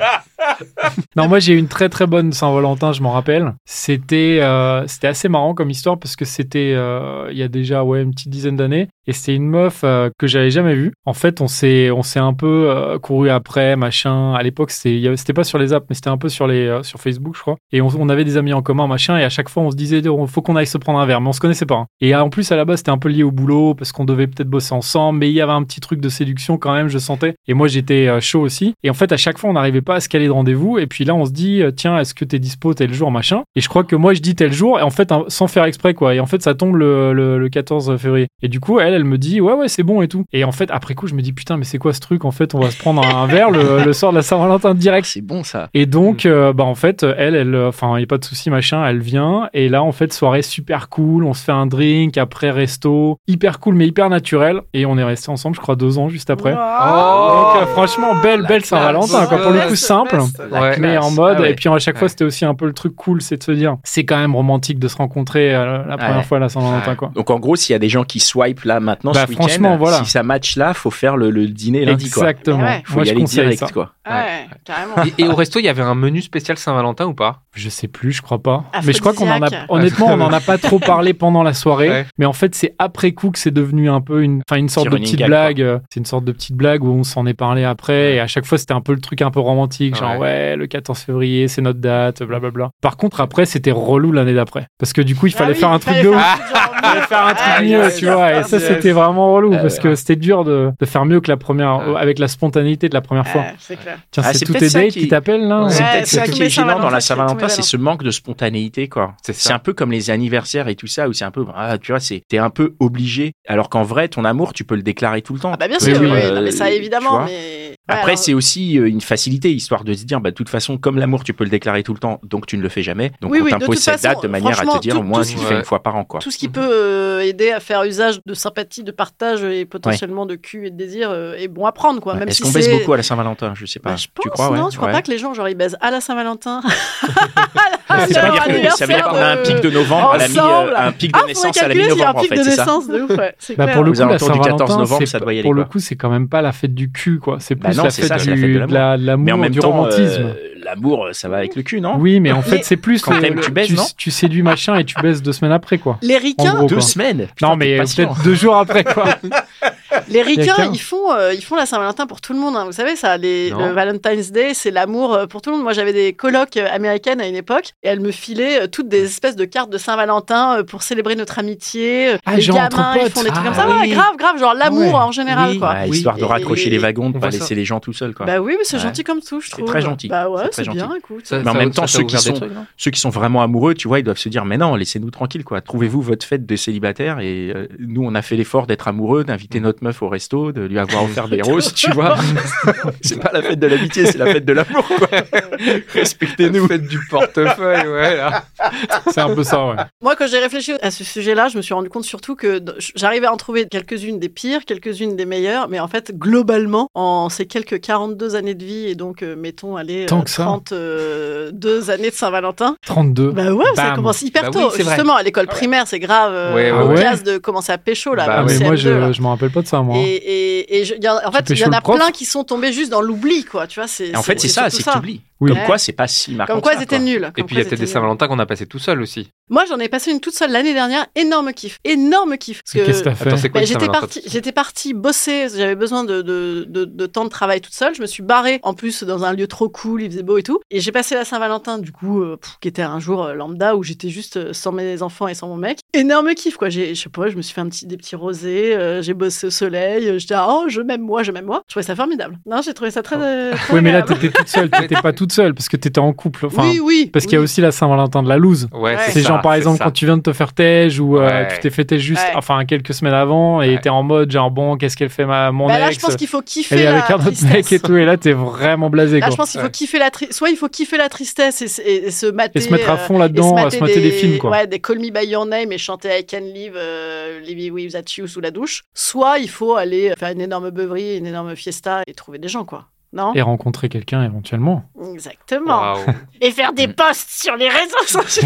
[SPEAKER 3] Non, moi j'ai eu une très très bonne Saint-Valentin, je m'en rappelle. C'était euh, c'était assez marrant comme histoire parce que c'était euh, il y a déjà ouais une petite dizaine d'années et c'était une meuf euh, que j'avais jamais vue. En fait, on s'est on s'est un peu euh, couru après machin. À l'époque, c'était il y avait- c'était pas sur les apps, mais c'était un peu sur les euh, sur Facebook, je crois. Et on, on avait des amis en commun machin et à chaque fois on se disait Oh, faut qu'on aille se prendre un verre, mais on se connaissait pas. hein. Et euh, en plus à la base, c'était un peu lié au boulot parce qu'on devait peut-être bosser ensemble, mais il y avait un petit truc de séduction quand même, je sentais. Et moi j'étais euh, chaud aussi. Et en fait, à chaque fois, on n'arrivait pas à se caler de rendez-vous. Et puis là, on se dit, euh, tiens, est-ce que t'es dispo tel jour, machin Et je crois que moi, je dis tel jour, et en fait, hein, sans faire exprès, quoi. Et en fait, ça tombe le, le, le 14 février. Et du coup, elle, elle me dit, ouais, ouais, c'est bon et tout. Et en fait, après coup, je me dis, putain, mais c'est quoi ce truc En fait, on va se prendre un verre le, le soir de la Saint-Valentin direct.
[SPEAKER 2] C'est bon ça.
[SPEAKER 3] Et donc,
[SPEAKER 2] Mm.
[SPEAKER 3] euh, bah, en fait, elle, elle, euh, enfin, il n'y a pas de souci, machin, elle vient. Et là, en fait, soirée super cool, on se fait un drink, après resto, hyper cool, mais hyper naturel. Et on est resté ensemble, je crois, deux ans juste après.
[SPEAKER 4] Oh,
[SPEAKER 3] donc, euh, franchement, belle, belle Saint-Valentin, quoi. Pour le coup,
[SPEAKER 1] Best,
[SPEAKER 3] simple.
[SPEAKER 1] best.
[SPEAKER 2] La
[SPEAKER 4] Ouais.
[SPEAKER 3] Mais
[SPEAKER 2] classe.
[SPEAKER 3] en mode,
[SPEAKER 4] Ah ouais.
[SPEAKER 3] et puis à chaque
[SPEAKER 4] Ouais.
[SPEAKER 3] fois, c'était aussi un peu le truc cool, c'est de se dire, c'est quand même romantique de se rencontrer euh, la première
[SPEAKER 2] Ouais.
[SPEAKER 3] fois à la Saint-Valentin,
[SPEAKER 4] Ouais.
[SPEAKER 3] quoi.
[SPEAKER 2] Donc en gros, s'il y a des gens qui swipe là maintenant
[SPEAKER 3] Bah,
[SPEAKER 2] ce week-end,
[SPEAKER 3] franchement, voilà.
[SPEAKER 2] si ça match là, faut faire le, le dîner lundi quoi.
[SPEAKER 3] Exactement.
[SPEAKER 1] Mais ouais.
[SPEAKER 2] Faut
[SPEAKER 3] Moi,
[SPEAKER 2] y
[SPEAKER 3] je
[SPEAKER 2] aller
[SPEAKER 3] conseille
[SPEAKER 2] direct
[SPEAKER 3] ça.
[SPEAKER 2] quoi.
[SPEAKER 1] Ah ouais, carrément.
[SPEAKER 4] Et, et au resto, il y avait un menu spécial Saint-Valentin ou pas
[SPEAKER 3] Je sais plus, je crois pas. Mais je crois qu'on en a
[SPEAKER 1] Aphrodisiaque.
[SPEAKER 3] honnêtement, on en a pas trop parlé pendant la soirée.
[SPEAKER 4] Ouais.
[SPEAKER 3] Mais en fait, c'est après coup que c'est devenu un peu une, enfin une sorte
[SPEAKER 2] Petit
[SPEAKER 3] de
[SPEAKER 2] running
[SPEAKER 3] petite
[SPEAKER 2] gag,
[SPEAKER 3] blague. euh, C'est une sorte de petite blague où on s'en est parlé après. Et à chaque fois, c'était un peu le truc un peu romantique, genre
[SPEAKER 4] Ouais.
[SPEAKER 3] ouais, le 14 février, c'est notre date, blablabla. Par contre, après, c'était relou l'année d'après, parce que du coup, Bah il fallait faire un truc de ouf.
[SPEAKER 1] fallait
[SPEAKER 3] Faire un truc
[SPEAKER 4] Ah,
[SPEAKER 3] mieux,
[SPEAKER 4] yes,
[SPEAKER 3] tu vois, et
[SPEAKER 4] yes,
[SPEAKER 3] ça
[SPEAKER 4] yes.
[SPEAKER 3] c'était vraiment relou
[SPEAKER 2] Ah,
[SPEAKER 3] parce que c'était dur de, de faire mieux que la première,
[SPEAKER 4] Ah.
[SPEAKER 3] avec la spontanéité de la première fois.
[SPEAKER 1] C'est clair.
[SPEAKER 3] Tiens,
[SPEAKER 2] Ah,
[SPEAKER 3] c'est
[SPEAKER 2] c'est
[SPEAKER 3] tous tes
[SPEAKER 2] peut-être ça
[SPEAKER 3] dates
[SPEAKER 2] qui-
[SPEAKER 3] qui t'appellent là hein.
[SPEAKER 1] Ouais,
[SPEAKER 2] c'est peut-être
[SPEAKER 1] c'est
[SPEAKER 2] ça
[SPEAKER 1] tous
[SPEAKER 2] qui
[SPEAKER 1] les
[SPEAKER 2] est gênant dans
[SPEAKER 1] Saint-Valentin, c'est tous
[SPEAKER 2] la
[SPEAKER 1] les
[SPEAKER 2] Saint-Valentin, c'est
[SPEAKER 1] Valentins.
[SPEAKER 2] ce manque de spontanéité quoi.
[SPEAKER 4] C'est
[SPEAKER 2] C'est un peu comme les anniversaires et tout ça, où c'est un peu, ah, tu vois, c'est, t'es un peu obligé. Alors qu'en vrai, ton amour, tu peux le déclarer tout le temps.
[SPEAKER 1] Ah bah bien
[SPEAKER 3] Oui,
[SPEAKER 1] sûr,
[SPEAKER 3] oui,
[SPEAKER 1] oui,
[SPEAKER 2] euh,
[SPEAKER 1] non, mais ça
[SPEAKER 2] tu
[SPEAKER 1] évidemment.
[SPEAKER 2] vois.
[SPEAKER 1] Mais...
[SPEAKER 2] Après,
[SPEAKER 1] Ouais,
[SPEAKER 2] c'est aussi euh, une facilité, histoire de se dire, bah, de toute façon, comme l'amour, tu peux le déclarer tout le temps, donc tu ne le fais jamais. Donc,
[SPEAKER 1] Oui,
[SPEAKER 2] on
[SPEAKER 1] oui, de toute
[SPEAKER 2] t'impose cette
[SPEAKER 1] façon,
[SPEAKER 2] date de manière à
[SPEAKER 1] franchement,
[SPEAKER 2] te dire,
[SPEAKER 1] tout-
[SPEAKER 2] au moins,
[SPEAKER 1] tout-
[SPEAKER 2] tu le fais
[SPEAKER 4] Ouais.
[SPEAKER 2] une fois par an, quoi.
[SPEAKER 1] alors, Tout ce qui peut euh, aider à faire usage de sympathie, de partage et potentiellement de cul et de désir euh, est bon à prendre, quoi.
[SPEAKER 2] Ouais.
[SPEAKER 1] même
[SPEAKER 2] Est-ce
[SPEAKER 1] si
[SPEAKER 2] qu'on baisse
[SPEAKER 1] c'est-
[SPEAKER 2] beaucoup à la Saint-Valentin? Je sais pas.
[SPEAKER 1] Bah, je pense,
[SPEAKER 2] tu crois,
[SPEAKER 1] non,
[SPEAKER 2] ouais,
[SPEAKER 1] je crois
[SPEAKER 2] ouais.
[SPEAKER 1] pas que les gens, genre, ils baisent à la Saint-Valentin.
[SPEAKER 2] Ah, Ça veut
[SPEAKER 1] leur
[SPEAKER 2] dire que- ça veut dire qu'on a un
[SPEAKER 1] anniversaire
[SPEAKER 2] pic de novembre à la mi,
[SPEAKER 1] ensemble.
[SPEAKER 2] euh, un pic de
[SPEAKER 1] Ah, faudrait
[SPEAKER 2] naissance à la
[SPEAKER 1] calculer s'il y a un
[SPEAKER 2] mi-novembre, en
[SPEAKER 1] pic
[SPEAKER 2] fait,
[SPEAKER 1] de
[SPEAKER 2] c'est ça?
[SPEAKER 1] naissance de ouf, ouais, c'est
[SPEAKER 3] Bah,
[SPEAKER 1] clair.
[SPEAKER 3] pour le
[SPEAKER 2] Aux
[SPEAKER 3] coup, la
[SPEAKER 2] alentours du 14
[SPEAKER 3] Saint-Valentin,
[SPEAKER 2] novembre,
[SPEAKER 3] c'est
[SPEAKER 2] ça
[SPEAKER 3] pas-
[SPEAKER 2] doit y aller,
[SPEAKER 3] pour le
[SPEAKER 2] quoi.
[SPEAKER 3] coup, c'est quand même pas la fête du cul, quoi. C'est
[SPEAKER 2] Bah
[SPEAKER 3] plus
[SPEAKER 2] non,
[SPEAKER 3] la,
[SPEAKER 2] c'est
[SPEAKER 3] fête
[SPEAKER 2] ça, c'est la
[SPEAKER 3] du,
[SPEAKER 2] fête de
[SPEAKER 3] de la- de
[SPEAKER 2] Mais en
[SPEAKER 3] l'amour,
[SPEAKER 2] même
[SPEAKER 3] du
[SPEAKER 2] temps,
[SPEAKER 3] romantisme.
[SPEAKER 2] euh, l'amour, ça va avec le cul, non?
[SPEAKER 3] Oui, mais en
[SPEAKER 1] Mais-
[SPEAKER 3] fait, c'est plus
[SPEAKER 2] Quand
[SPEAKER 3] le-
[SPEAKER 2] t'aimes,
[SPEAKER 3] le-
[SPEAKER 2] tu baises, non
[SPEAKER 3] tu séduis machin et tu baisses deux semaines après, quoi.
[SPEAKER 1] Les
[SPEAKER 3] En
[SPEAKER 1] ricains,
[SPEAKER 3] gros,
[SPEAKER 2] Deux
[SPEAKER 3] quoi.
[SPEAKER 2] semaines?
[SPEAKER 3] Non,
[SPEAKER 2] Putain,
[SPEAKER 3] mais
[SPEAKER 2] t'es
[SPEAKER 3] euh,
[SPEAKER 2] patient.
[SPEAKER 3] peut-être deux jours après, quoi.
[SPEAKER 1] Les ricains,
[SPEAKER 3] Quelqu'un
[SPEAKER 1] ils font, euh, ils font la Saint-Valentin pour tout le monde. hein. Vous savez, ça, les,
[SPEAKER 4] Non.
[SPEAKER 1] le Valentine's Day, c'est l'amour euh, pour tout le monde. Moi, j'avais des colocs euh, américaines à une époque et elles me filaient euh, toutes des espèces de cartes de Saint-Valentin euh, pour célébrer notre amitié. Euh,
[SPEAKER 3] Ah,
[SPEAKER 1] les
[SPEAKER 3] genre entre
[SPEAKER 1] gamins, ils
[SPEAKER 3] potes.
[SPEAKER 1] font des trucs
[SPEAKER 3] Ah,
[SPEAKER 1] comme ça. Ouais,
[SPEAKER 3] oui.
[SPEAKER 1] grave, grave, genre l'amour
[SPEAKER 3] Ouais.
[SPEAKER 1] en général,
[SPEAKER 3] Oui.
[SPEAKER 1] quoi.
[SPEAKER 2] Ouais,
[SPEAKER 4] Oui.
[SPEAKER 2] Histoire de
[SPEAKER 1] Et-
[SPEAKER 2] raccrocher les wagons, de
[SPEAKER 4] On
[SPEAKER 2] pas
[SPEAKER 4] voit ça.
[SPEAKER 2] laisser les gens tout seuls, quoi.
[SPEAKER 1] Bah oui, mais c'est
[SPEAKER 2] Ouais.
[SPEAKER 1] gentil comme tout, je
[SPEAKER 2] C'est
[SPEAKER 1] trouve.
[SPEAKER 2] très gentil.
[SPEAKER 1] Bah ouais,
[SPEAKER 2] C'est très
[SPEAKER 1] c'est
[SPEAKER 2] gentil.
[SPEAKER 1] bien, écoute.
[SPEAKER 4] Ça-
[SPEAKER 2] Mais en
[SPEAKER 4] ça-
[SPEAKER 2] même
[SPEAKER 4] ça
[SPEAKER 2] temps,
[SPEAKER 4] t'a
[SPEAKER 2] ceux qui
[SPEAKER 4] ouvert des
[SPEAKER 2] sont-
[SPEAKER 4] trucs, non
[SPEAKER 2] Ceux qui sont vraiment amoureux, tu vois, ils doivent se dire mais non, laissez-nous tranquille quoi. Trouvez-vous votre fête de célibataire et euh, nous on a fait l'effort d'être amoureux, d'inviter notre meuf au resto, de lui avoir offert des roses, tu vois. c'est pas la fête de l'amitié, c'est la fête de l'amour quoi. Respectez-nous.
[SPEAKER 4] Faites du portefeuille, ouais, là.
[SPEAKER 3] C'est un peu ça, ouais.
[SPEAKER 1] Moi, quand j'ai réfléchi à ce sujet-là, je me suis rendu compte surtout que d- j'arrivais à en trouver quelques-unes des pires, quelques-unes des meilleures, mais en fait, globalement, en ces quelques 42 années de vie, et donc, euh, mettons, allez, euh,
[SPEAKER 3] Tant que ça.
[SPEAKER 1] 32 années de Saint-Valentin,
[SPEAKER 3] 32.
[SPEAKER 1] bah ouais, ça
[SPEAKER 3] Bam.
[SPEAKER 1] commence hyper
[SPEAKER 4] Bah oui,
[SPEAKER 1] tôt.
[SPEAKER 4] c'est vrai.
[SPEAKER 1] Justement, à l'école primaire, c'est grave, euh,
[SPEAKER 4] Ouais,
[SPEAKER 3] ouais,
[SPEAKER 1] en
[SPEAKER 3] ouais.
[SPEAKER 1] classe, de commencer à pécho, là,
[SPEAKER 4] Bah
[SPEAKER 3] Ah,
[SPEAKER 1] même
[SPEAKER 4] ouais.
[SPEAKER 3] mais
[SPEAKER 1] CM2,
[SPEAKER 3] moi, je,
[SPEAKER 1] là.
[SPEAKER 3] je me rappelle pas de ça, moi. hein.
[SPEAKER 1] Et, et, et je- il y en- en fait, il y
[SPEAKER 3] pécho
[SPEAKER 1] en
[SPEAKER 3] le
[SPEAKER 1] a
[SPEAKER 3] prof
[SPEAKER 1] plein qui sont tombés juste dans l'oubli, quoi. Tu vois, c'est
[SPEAKER 2] Et en fait, c'est ça,
[SPEAKER 1] surtout
[SPEAKER 2] c'est que t'oublies.
[SPEAKER 3] Oui.
[SPEAKER 2] Comme
[SPEAKER 1] Ouais.
[SPEAKER 2] quoi, c'est pas si marquant.
[SPEAKER 1] Comme quoi, ils
[SPEAKER 2] que ça,
[SPEAKER 1] étaient nuls.
[SPEAKER 4] Et
[SPEAKER 1] Comme
[SPEAKER 4] puis, il y a
[SPEAKER 1] quoi, ils
[SPEAKER 4] peut-être des
[SPEAKER 1] étaient nuls.
[SPEAKER 4] Saint-Valentin qu'on a passé tout seul aussi.
[SPEAKER 1] Moi, j'en ai passé une toute seule l'année dernière. Énorme kiff. Énorme kiff. Parce que-
[SPEAKER 3] Qu'est-ce que t'as fait
[SPEAKER 4] Attends, c'est
[SPEAKER 1] Bah,
[SPEAKER 4] quoi une
[SPEAKER 1] j'étais
[SPEAKER 4] Saint-Valentin
[SPEAKER 1] partie, j'étais partie bosser. parce que J'avais besoin de, de, de, de temps de travail toute seule. Je me suis barrée en plus dans un lieu trop cool. Il faisait beau et tout. Et j'ai passé la Saint-Valentin du coup, euh, pff, qui était un jour euh, lambda où j'étais juste euh, sans mes enfants et sans mon mec. Énorme kiff quoi. J'ai, je sais pas, je me suis fait un petit, des petits rosés. euh, j'ai bossé au soleil. euh, J'étais ah, oh je m'aime moi, je m'aime moi. Je trouvais ça formidable. Non, j'ai trouvé ça très. euh, très
[SPEAKER 3] Oh. Oui, mais là,
[SPEAKER 1] agréable.
[SPEAKER 3] t'étais toute seule. T'étais pas toute seule parce que t'étais en couple. Enfin,
[SPEAKER 1] oui, oui.
[SPEAKER 3] parce qu'il y a
[SPEAKER 1] oui.
[SPEAKER 3] aussi la Saint-Valentin de la loose.
[SPEAKER 1] Ouais.
[SPEAKER 4] Ouais,
[SPEAKER 3] C'est
[SPEAKER 4] ça,
[SPEAKER 3] genre par
[SPEAKER 4] c'est
[SPEAKER 3] exemple
[SPEAKER 4] ça.
[SPEAKER 3] quand tu viens de te faire tège ou euh,
[SPEAKER 4] Ouais.
[SPEAKER 3] tu t'es fait tège juste
[SPEAKER 1] Ouais.
[SPEAKER 3] enfin quelques semaines avant et
[SPEAKER 4] Ouais.
[SPEAKER 3] t'es en mode genre bon qu'est-ce qu'elle fait ma mon
[SPEAKER 1] Bah, là, je
[SPEAKER 3] ex
[SPEAKER 1] pense qu'il faut
[SPEAKER 3] elle
[SPEAKER 1] kiffer
[SPEAKER 3] est
[SPEAKER 1] la
[SPEAKER 3] avec un autre mec
[SPEAKER 1] tristesse.
[SPEAKER 3] et tout et là t'es vraiment blasé
[SPEAKER 1] Là,
[SPEAKER 3] quoi.
[SPEAKER 1] je pense qu'il faut
[SPEAKER 4] Ouais.
[SPEAKER 1] kiffer la tristesse. Soit il faut kiffer la tristesse et, se- et- et se mater.
[SPEAKER 3] et se mettre à
[SPEAKER 1] euh,
[SPEAKER 3] fond là-dedans,
[SPEAKER 1] et
[SPEAKER 3] à se mater des, films quoi.
[SPEAKER 1] Ouais, des Call Me By Your Name et chanter I Can Live, euh, Living With That You sous la douche. Soit il faut aller faire une énorme beuverie, une énorme fiesta et trouver des gens, quoi. Non
[SPEAKER 3] Et rencontrer quelqu'un éventuellement.
[SPEAKER 1] Exactement.
[SPEAKER 4] Waouh.
[SPEAKER 1] Et faire
[SPEAKER 3] Mm.
[SPEAKER 1] des posts sur les réseaux sociaux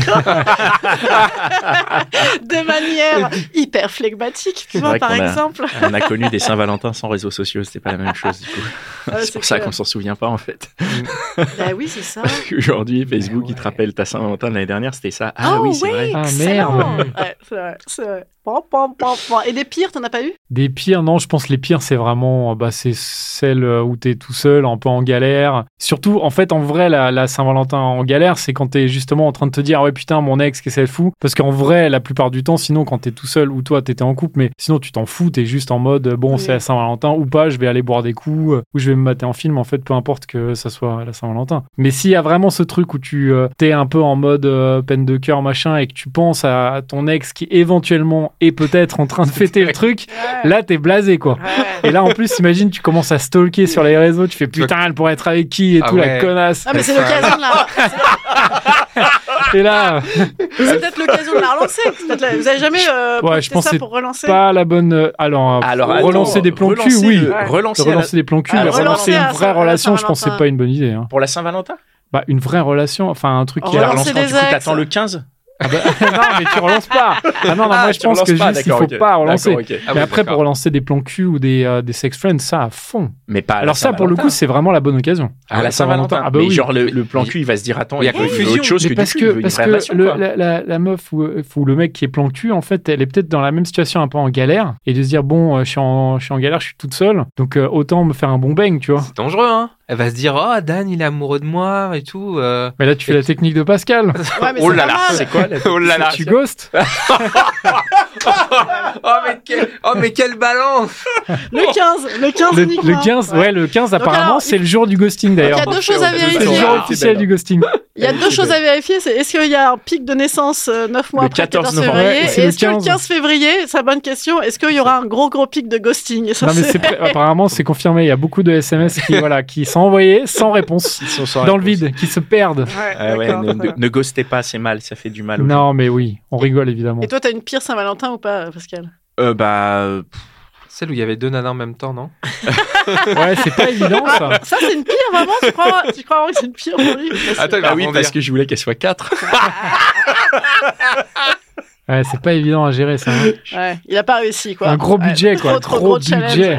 [SPEAKER 1] de manière hyper flegmatique, tu
[SPEAKER 2] C'est
[SPEAKER 1] vois,
[SPEAKER 2] vrai
[SPEAKER 1] par
[SPEAKER 2] qu'on a-
[SPEAKER 1] exemple.
[SPEAKER 2] On a connu des Saint-Valentin sans réseaux sociaux, c'était pas la même chose du coup.
[SPEAKER 1] Ouais,
[SPEAKER 2] c'est pour ça
[SPEAKER 1] Ah, clair.
[SPEAKER 2] qu'on s'en souvient pas en fait.
[SPEAKER 1] Bah oui, c'est ça.
[SPEAKER 3] Ah.
[SPEAKER 2] Aujourd'hui, Facebook,
[SPEAKER 4] ouais.
[SPEAKER 2] il te rappelle ta Saint-Valentin de l'année dernière, c'était ça. Ah
[SPEAKER 1] Oh,
[SPEAKER 2] oui, c'est
[SPEAKER 1] ouais.
[SPEAKER 2] vrai.
[SPEAKER 3] Ah,
[SPEAKER 1] Excellent.
[SPEAKER 3] merde.
[SPEAKER 1] Ouais, c'est vrai, c'est vrai. Pam, pam, pam, pam. Et des pires, t'en as pas eu
[SPEAKER 3] Des pires, non, je pense les pires, c'est vraiment euh, bah, c'est celle euh, où t'es tout seul, un peu en galère. Surtout, en fait, en vrai, la, la Saint-Valentin en galère, c'est quand t'es justement en train de te dire, Ah ouais, putain, mon ex, qu'est-ce qu'elle fout Parce qu'en vrai, la plupart du temps, sinon, quand t'es tout seul ou toi, t'étais en couple, mais sinon, tu t'en fous, t'es juste en mode, euh, bon,
[SPEAKER 1] Oui.
[SPEAKER 3] c'est la Saint-Valentin ou pas, je vais aller boire des coups euh, ou je vais me mater en film, en fait, peu importe que ça soit la Saint-Valentin. Mais s'il y a vraiment ce truc où tu euh, t'es un peu en mode euh, peine de cœur, machin, et que tu penses à ton ex qui éventuellement est peut-être en train de fêter le truc, Là, t'es blasé, quoi. Et là, en plus, imagine, tu commences à stalker sur les réseaux, tu fais putain, elle pourrait être avec qui et
[SPEAKER 4] Ah
[SPEAKER 3] tout, la
[SPEAKER 4] ouais.
[SPEAKER 3] connasse.
[SPEAKER 1] Ah mais c'est l'occasion de la...
[SPEAKER 3] Et là,
[SPEAKER 1] ah, C'est peut-être l'occasion de la relancer. C'est peut-être la- Vous avez jamais euh,
[SPEAKER 3] Ouais,
[SPEAKER 1] posté
[SPEAKER 3] je pense
[SPEAKER 1] ça
[SPEAKER 3] que
[SPEAKER 1] pour relancer
[SPEAKER 3] pas la bonne. euh, Alors, euh,
[SPEAKER 2] attends,
[SPEAKER 3] relancer des plans cul,
[SPEAKER 2] relancer
[SPEAKER 3] oui.
[SPEAKER 2] le-
[SPEAKER 1] Ouais.
[SPEAKER 2] Relancer, la-
[SPEAKER 3] Relancer des plans cul,
[SPEAKER 2] Ah,
[SPEAKER 3] mais
[SPEAKER 2] relancer
[SPEAKER 3] relancer
[SPEAKER 1] à
[SPEAKER 3] une
[SPEAKER 1] Saint-
[SPEAKER 3] vraie
[SPEAKER 1] à
[SPEAKER 3] relation, je pense que
[SPEAKER 1] Saint-Valentin.
[SPEAKER 3] c'est pas une bonne idée. hein.
[SPEAKER 2] pour la Saint-Valentin
[SPEAKER 3] Bah, une vraie relation, enfin, un truc
[SPEAKER 1] Oh,
[SPEAKER 3] qui
[SPEAKER 1] Relancer
[SPEAKER 3] a-
[SPEAKER 2] la relance quand
[SPEAKER 1] des
[SPEAKER 2] du coup
[SPEAKER 1] ex.
[SPEAKER 2] t'attends le 15
[SPEAKER 3] Ah bah, non, mais tu relances pas. Ah non, non, moi,
[SPEAKER 2] Ah,
[SPEAKER 3] je
[SPEAKER 2] tu
[SPEAKER 3] pense
[SPEAKER 2] relances
[SPEAKER 3] que
[SPEAKER 2] pas,
[SPEAKER 3] juste, il
[SPEAKER 2] d'accord,
[SPEAKER 3] faut
[SPEAKER 2] ok.
[SPEAKER 3] pas relancer.
[SPEAKER 2] D'accord, ok.
[SPEAKER 4] Ah
[SPEAKER 3] mais
[SPEAKER 4] oui,
[SPEAKER 3] après, pour
[SPEAKER 4] d'accord.
[SPEAKER 3] relancer des plans cul ou des, euh, des sex friends, ça à fond.
[SPEAKER 2] Mais pas à la
[SPEAKER 3] Alors, ça, pour le coup,
[SPEAKER 2] Saint-Valentin.
[SPEAKER 3] c'est vraiment la bonne occasion.
[SPEAKER 2] à la Saint-Valentin.
[SPEAKER 3] Ah bah
[SPEAKER 2] mais
[SPEAKER 3] oui.
[SPEAKER 2] genre le, le plan
[SPEAKER 4] Mais-
[SPEAKER 2] cul, il va se dire attends,
[SPEAKER 4] Il y a
[SPEAKER 2] il veut- il veut
[SPEAKER 4] confusion.
[SPEAKER 2] autre chose
[SPEAKER 3] Mais
[SPEAKER 2] que
[SPEAKER 3] parce
[SPEAKER 2] du cul, il
[SPEAKER 3] que,
[SPEAKER 2] veut une
[SPEAKER 3] parce
[SPEAKER 2] vraie
[SPEAKER 3] que
[SPEAKER 2] relation,
[SPEAKER 3] le-
[SPEAKER 2] quoi.
[SPEAKER 3] la, la- la meuf ou, ou le mec qui est plan cul, en fait, elle est peut-être dans la même situation un peu en galère et de se dire bon, euh, je suis en, je suis en galère, je suis toute seule, donc euh, autant me faire un bon bang, tu vois.
[SPEAKER 4] C'est dangereux, hein. Elle va se dire, oh, Dan, il est amoureux de moi et tout. euh.
[SPEAKER 3] Mais là, tu fais la technique de Pascal.
[SPEAKER 1] Ouais, mais
[SPEAKER 4] oh
[SPEAKER 1] c'est
[SPEAKER 4] là
[SPEAKER 1] pas
[SPEAKER 4] là,
[SPEAKER 1] mal.
[SPEAKER 4] c'est quoi Oh là là.
[SPEAKER 3] tu ghostes.
[SPEAKER 1] Ah,
[SPEAKER 4] Oh, mais quel- oh, mais quelle balance
[SPEAKER 1] Le 15, le 15
[SPEAKER 3] Le,
[SPEAKER 1] uniquement.
[SPEAKER 3] le 15, ouais, le 15,
[SPEAKER 1] Donc
[SPEAKER 3] apparemment,
[SPEAKER 1] alors,
[SPEAKER 3] c'est le jour du ghosting
[SPEAKER 1] Il y a
[SPEAKER 3] d'ailleurs.
[SPEAKER 1] deux choses à
[SPEAKER 2] Ah, C'est le
[SPEAKER 3] C'est
[SPEAKER 1] vérifier.
[SPEAKER 3] le
[SPEAKER 2] il y a-
[SPEAKER 3] jour officiel du ghosting.
[SPEAKER 1] Il y a deux choses à vérifier. C'est est-ce qu'il y a un pic de naissance euh, 9 mois
[SPEAKER 2] Le
[SPEAKER 1] après le
[SPEAKER 2] 14
[SPEAKER 1] 14
[SPEAKER 2] novembre.
[SPEAKER 1] février
[SPEAKER 3] Ouais,
[SPEAKER 1] Et
[SPEAKER 3] c'est le
[SPEAKER 1] Est-ce que le
[SPEAKER 3] 15.
[SPEAKER 1] 15 février, c'est la bonne question, est-ce qu'il y aura un gros gros pic de ghosting Et ça,
[SPEAKER 3] Non mais
[SPEAKER 1] c'est-
[SPEAKER 3] c'est pré- apparemment c'est confirmé, il y a beaucoup de SMS qui voilà qui sont envoyés sans réponse dans le vide, qui se perdent.
[SPEAKER 1] Ouais,
[SPEAKER 2] Ah ouais,
[SPEAKER 1] d'accord,
[SPEAKER 2] ne,
[SPEAKER 1] d'accord.
[SPEAKER 2] ne- ne ghostez pas, c'est mal, ça fait du mal. aux gens.
[SPEAKER 3] Non mais oui, on rigole évidemment.
[SPEAKER 1] Et toi, t'as une pire Saint-Valentin ou pas, Pascal
[SPEAKER 2] Euh, bah, euh, pff,
[SPEAKER 4] Celle où il y avait deux nanas en même temps, non
[SPEAKER 3] Ouais, c'est pas évident ça.
[SPEAKER 1] Ça, c'est une pire, vraiment Tu crois, tu crois vraiment que c'est une pire pour lui Parce que-
[SPEAKER 4] Attends, il va
[SPEAKER 2] bah oui,
[SPEAKER 4] rebondir.
[SPEAKER 2] parce que je voulais qu'elle soit 4.
[SPEAKER 3] Ouais, c'est pas évident à gérer ça. hein.
[SPEAKER 1] Ouais, il a pas réussi, quoi.
[SPEAKER 3] Un gros
[SPEAKER 1] Ouais,
[SPEAKER 3] budget
[SPEAKER 1] trop,
[SPEAKER 3] quoi,
[SPEAKER 1] trop
[SPEAKER 3] gros
[SPEAKER 1] gros challenge.
[SPEAKER 3] budget.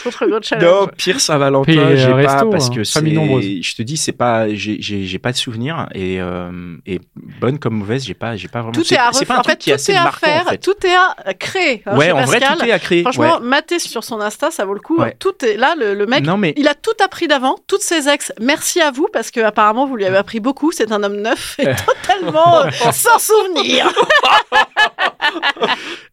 [SPEAKER 1] Trop trop gros challenge.
[SPEAKER 2] Non, pire
[SPEAKER 3] Puis,
[SPEAKER 2] Saint-Valentin,
[SPEAKER 3] euh,
[SPEAKER 2] j'ai pas,
[SPEAKER 3] resto,
[SPEAKER 2] parce
[SPEAKER 3] hein,
[SPEAKER 2] que c'est,
[SPEAKER 3] famille nombreuse.
[SPEAKER 2] je te dis, c'est pas, j'ai, j'ai, j'ai pas de souvenir et, euh, et bonne comme mauvaise, j'ai pas, j'ai pas vraiment.
[SPEAKER 1] Tout
[SPEAKER 2] c'est,
[SPEAKER 1] est à
[SPEAKER 2] c'est
[SPEAKER 1] refaire.
[SPEAKER 2] pas un
[SPEAKER 1] En
[SPEAKER 2] truc
[SPEAKER 1] fait,
[SPEAKER 2] qui est
[SPEAKER 1] tout
[SPEAKER 2] assez
[SPEAKER 1] est à
[SPEAKER 2] marquant,
[SPEAKER 1] faire,
[SPEAKER 2] en fait.
[SPEAKER 1] tout est à créer. hein,
[SPEAKER 2] ouais,
[SPEAKER 1] chez
[SPEAKER 2] en vrai,
[SPEAKER 1] Pascal.
[SPEAKER 2] tout est à créer.
[SPEAKER 1] Franchement,
[SPEAKER 2] ouais.
[SPEAKER 1] mater sur son Insta, ça vaut le coup.
[SPEAKER 2] Ouais.
[SPEAKER 1] Tout est là, le, le mec.
[SPEAKER 2] non mais
[SPEAKER 1] Il a tout appris d'avant, toutes ses ex. Merci à vous parce que apparemment vous lui avez appris beaucoup. C'est un homme neuf et totalement euh, sans souvenir.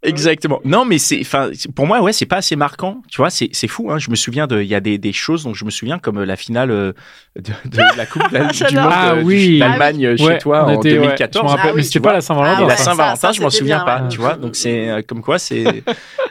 [SPEAKER 2] Exactement. Non, mais c'est, enfin, c'est- pour moi, ouais, c'est pas assez marquant. Tu vois, c'est, c'est fou. Hein. Je me souviens de, il y a des, des choses dont je me souviens comme euh, la finale euh, de, de la Coupe de la- du
[SPEAKER 1] J'adore.
[SPEAKER 2] Monde
[SPEAKER 3] Ah
[SPEAKER 2] euh, du-
[SPEAKER 3] oui.
[SPEAKER 2] d'Allemagne euh, chez
[SPEAKER 3] Ouais,
[SPEAKER 2] toi
[SPEAKER 3] on
[SPEAKER 2] en
[SPEAKER 3] était- ouais,
[SPEAKER 2] 2014.
[SPEAKER 3] je me rappelle,
[SPEAKER 1] Ah
[SPEAKER 3] mais
[SPEAKER 1] oui,
[SPEAKER 3] c'était
[SPEAKER 2] tu
[SPEAKER 3] pas
[SPEAKER 2] vois.
[SPEAKER 3] la
[SPEAKER 1] Ah
[SPEAKER 3] Saint-Valentin.
[SPEAKER 2] Et
[SPEAKER 1] ouais,
[SPEAKER 3] ça.
[SPEAKER 2] la
[SPEAKER 1] ça,
[SPEAKER 2] Saint-Valentin,
[SPEAKER 1] ça,
[SPEAKER 2] je m'en
[SPEAKER 1] c'était
[SPEAKER 2] souviens
[SPEAKER 1] bien,
[SPEAKER 2] pas,
[SPEAKER 1] ouais.
[SPEAKER 2] tu vois. Donc c'est euh, comme quoi c'est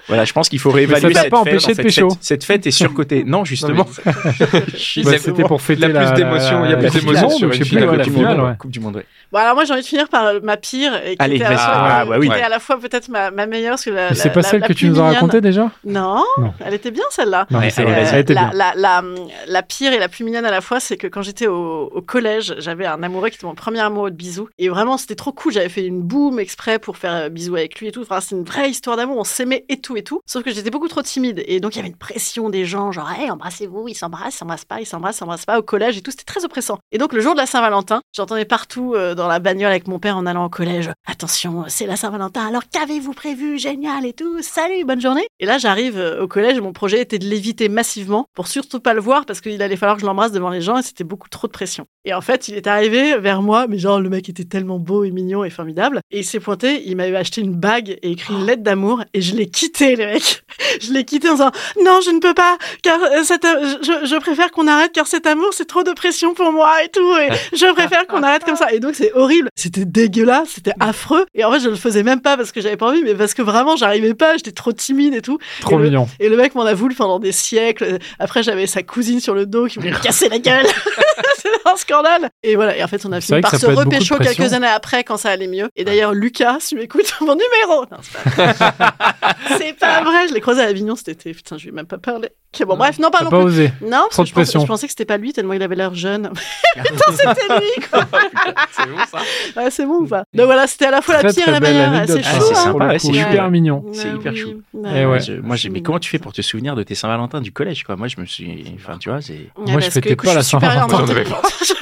[SPEAKER 2] voilà, je pense qu'il faut réévaluer
[SPEAKER 3] t'a pas
[SPEAKER 2] cette
[SPEAKER 3] empêché
[SPEAKER 2] fête. en
[SPEAKER 3] de
[SPEAKER 2] fait.
[SPEAKER 3] pécho.
[SPEAKER 2] Cette, cette fête est surcotée. Non, justement.
[SPEAKER 3] Bah,
[SPEAKER 2] Exactement.
[SPEAKER 3] c'était pour fêter
[SPEAKER 4] La plus d'émotion, il y
[SPEAKER 2] La
[SPEAKER 4] a plus
[SPEAKER 2] finale,
[SPEAKER 4] d'émotion
[SPEAKER 3] d'émotions.
[SPEAKER 4] sur
[SPEAKER 3] Je
[SPEAKER 4] une
[SPEAKER 3] sais plus,
[SPEAKER 4] finale
[SPEAKER 3] ouais,
[SPEAKER 4] de
[SPEAKER 3] la
[SPEAKER 4] Coupe du
[SPEAKER 3] finale,
[SPEAKER 4] Monde.
[SPEAKER 3] ouais.
[SPEAKER 2] Coupe du Monde. ouais.
[SPEAKER 1] Bon, alors moi, j'ai envie de finir par euh, ma pire et qui
[SPEAKER 2] Allez,
[SPEAKER 1] était à la
[SPEAKER 2] vas-y.
[SPEAKER 1] fois,
[SPEAKER 2] Ah, bah oui.
[SPEAKER 1] qui était à la fois peut-être ma, ma meilleure. Parce que la,
[SPEAKER 3] Mais
[SPEAKER 1] la-
[SPEAKER 3] C'est pas
[SPEAKER 1] la-
[SPEAKER 3] celle
[SPEAKER 1] la
[SPEAKER 3] que tu
[SPEAKER 1] plus
[SPEAKER 3] nous as
[SPEAKER 1] mignonne.
[SPEAKER 3] racontée déjà
[SPEAKER 1] Non,
[SPEAKER 3] Non.
[SPEAKER 1] elle était bien celle-là.
[SPEAKER 3] Non, mais
[SPEAKER 2] Ouais,
[SPEAKER 3] c'est
[SPEAKER 2] allez,
[SPEAKER 3] vrai,
[SPEAKER 2] vas-y.
[SPEAKER 3] ça a été
[SPEAKER 1] la,
[SPEAKER 3] bien.
[SPEAKER 1] la, la, la pire et la plus mignonne à la fois, c'est que quand j'étais au, au collège, j'avais un amoureux qui était mon premier amoureux de bisous. Et vraiment, c'était trop cool. J'avais fait une boum exprès pour faire euh, bisous avec lui et tout. Enfin, c'est une vraie histoire d'amour. On s'aimait et tout et tout. Sauf que j'étais beaucoup trop timide. Et donc, il y avait une pression des gens, genre, hey, embrassez-vous, ils s'embrassent, ils s'embrassent pas, ils s'embrassent, ils s'embrassent pas au collège et tout. C'était très oppressant. Et donc, le jour de la Saint-Valentin, j'entendais partout euh, dans la bagnole avec mon père en allant au collège, attention, c'est la Saint-Valentin, alors qu'avez-vous prévu? Génial et tout. Salut, bonne journée. Et là, j'arrive euh, au collège. Mon projet était de l'éviter massivement pour surtout pas le voir parce qu'il allait falloir que je l'embrasse devant les gens et c'était beaucoup trop de pression. Et en fait, il est arrivé vers moi, mais genre, le mec était tellement beau et mignon et formidable. Et il s'est pointé, il m'avait acheté une bague et écrit une lettre d'amour et je l'ai quitté, les mecs. Je l'ai quitté en disant, non, je ne peux pas, car euh, cet am- je, je préfère qu'on arrête, car cet amour, c'est trop de pression pour moi et tout, et je préfère qu'on arrête comme ça. Et donc, c'est horrible. C'était dégueulasse, c'était affreux. Et en fait, je le faisais même pas parce que j'avais pas envie, mais parce que vraiment, j'arrivais pas, j'étais trop timide et tout.
[SPEAKER 3] Trop
[SPEAKER 1] Et le-
[SPEAKER 3] mignon.
[SPEAKER 1] Et le mec m'en a voulu pendant des siècles. Après, j'avais sa cousine sur le dos qui voulait me casser la gueule. c'est un scandale. Et voilà. Et en fait, on a
[SPEAKER 3] C'est
[SPEAKER 1] fini
[SPEAKER 3] vrai
[SPEAKER 1] par
[SPEAKER 3] que ça
[SPEAKER 1] se
[SPEAKER 3] peut être beaucoup de
[SPEAKER 1] repécho quelques
[SPEAKER 3] pression.
[SPEAKER 1] années après quand ça allait mieux. Et d'ailleurs, Lucas, si tu m'écoutes, mon numéro. Non, c'est pas vrai. C'est pas vrai. Je l'ai croisé à Avignon cet été. Putain, je lui ai même pas parlé. Ok, bon, bref, non,
[SPEAKER 3] T'as
[SPEAKER 1] parlons
[SPEAKER 3] pas
[SPEAKER 1] plus.
[SPEAKER 3] osé.
[SPEAKER 1] Non, parce que
[SPEAKER 3] Trop de
[SPEAKER 1] je pensais,
[SPEAKER 3] pression. Ah
[SPEAKER 1] je pensais que c'était pas lui tellement il avait l'air jeune. Putain, c'était lui, quoi.
[SPEAKER 4] C'est bon ça.
[SPEAKER 1] Ouais, c'est bon ou pas Donc voilà, c'était à la fois la
[SPEAKER 3] Très
[SPEAKER 1] pire
[SPEAKER 3] très
[SPEAKER 1] et la
[SPEAKER 3] belle
[SPEAKER 1] meilleure. Ah,
[SPEAKER 3] anecdote.
[SPEAKER 1] C'est
[SPEAKER 2] Ah,
[SPEAKER 3] ça,
[SPEAKER 1] chaud,
[SPEAKER 2] c'est
[SPEAKER 1] hein.
[SPEAKER 3] pour
[SPEAKER 2] sympa,
[SPEAKER 3] le
[SPEAKER 2] ouais,
[SPEAKER 3] coup,
[SPEAKER 2] c'est
[SPEAKER 3] Hyper
[SPEAKER 2] chouette.
[SPEAKER 3] mignon.
[SPEAKER 2] C'est
[SPEAKER 1] Ouais,
[SPEAKER 2] hyper
[SPEAKER 1] oui.
[SPEAKER 2] chou.
[SPEAKER 1] Ouais,
[SPEAKER 3] Eh ouais.
[SPEAKER 2] Je- moi, j'ai, mais comment tu fais pour te souvenir de tes Saint-Valentin du collège, quoi Moi, je me suis, enfin, tu vois, c'est.
[SPEAKER 1] Ouais,
[SPEAKER 3] Moi, je
[SPEAKER 1] parce que,
[SPEAKER 3] fêtais
[SPEAKER 1] écoute,
[SPEAKER 3] pas
[SPEAKER 1] je
[SPEAKER 3] la
[SPEAKER 1] suis supérieure
[SPEAKER 4] Saint-Valentin.
[SPEAKER 1] en intelligence.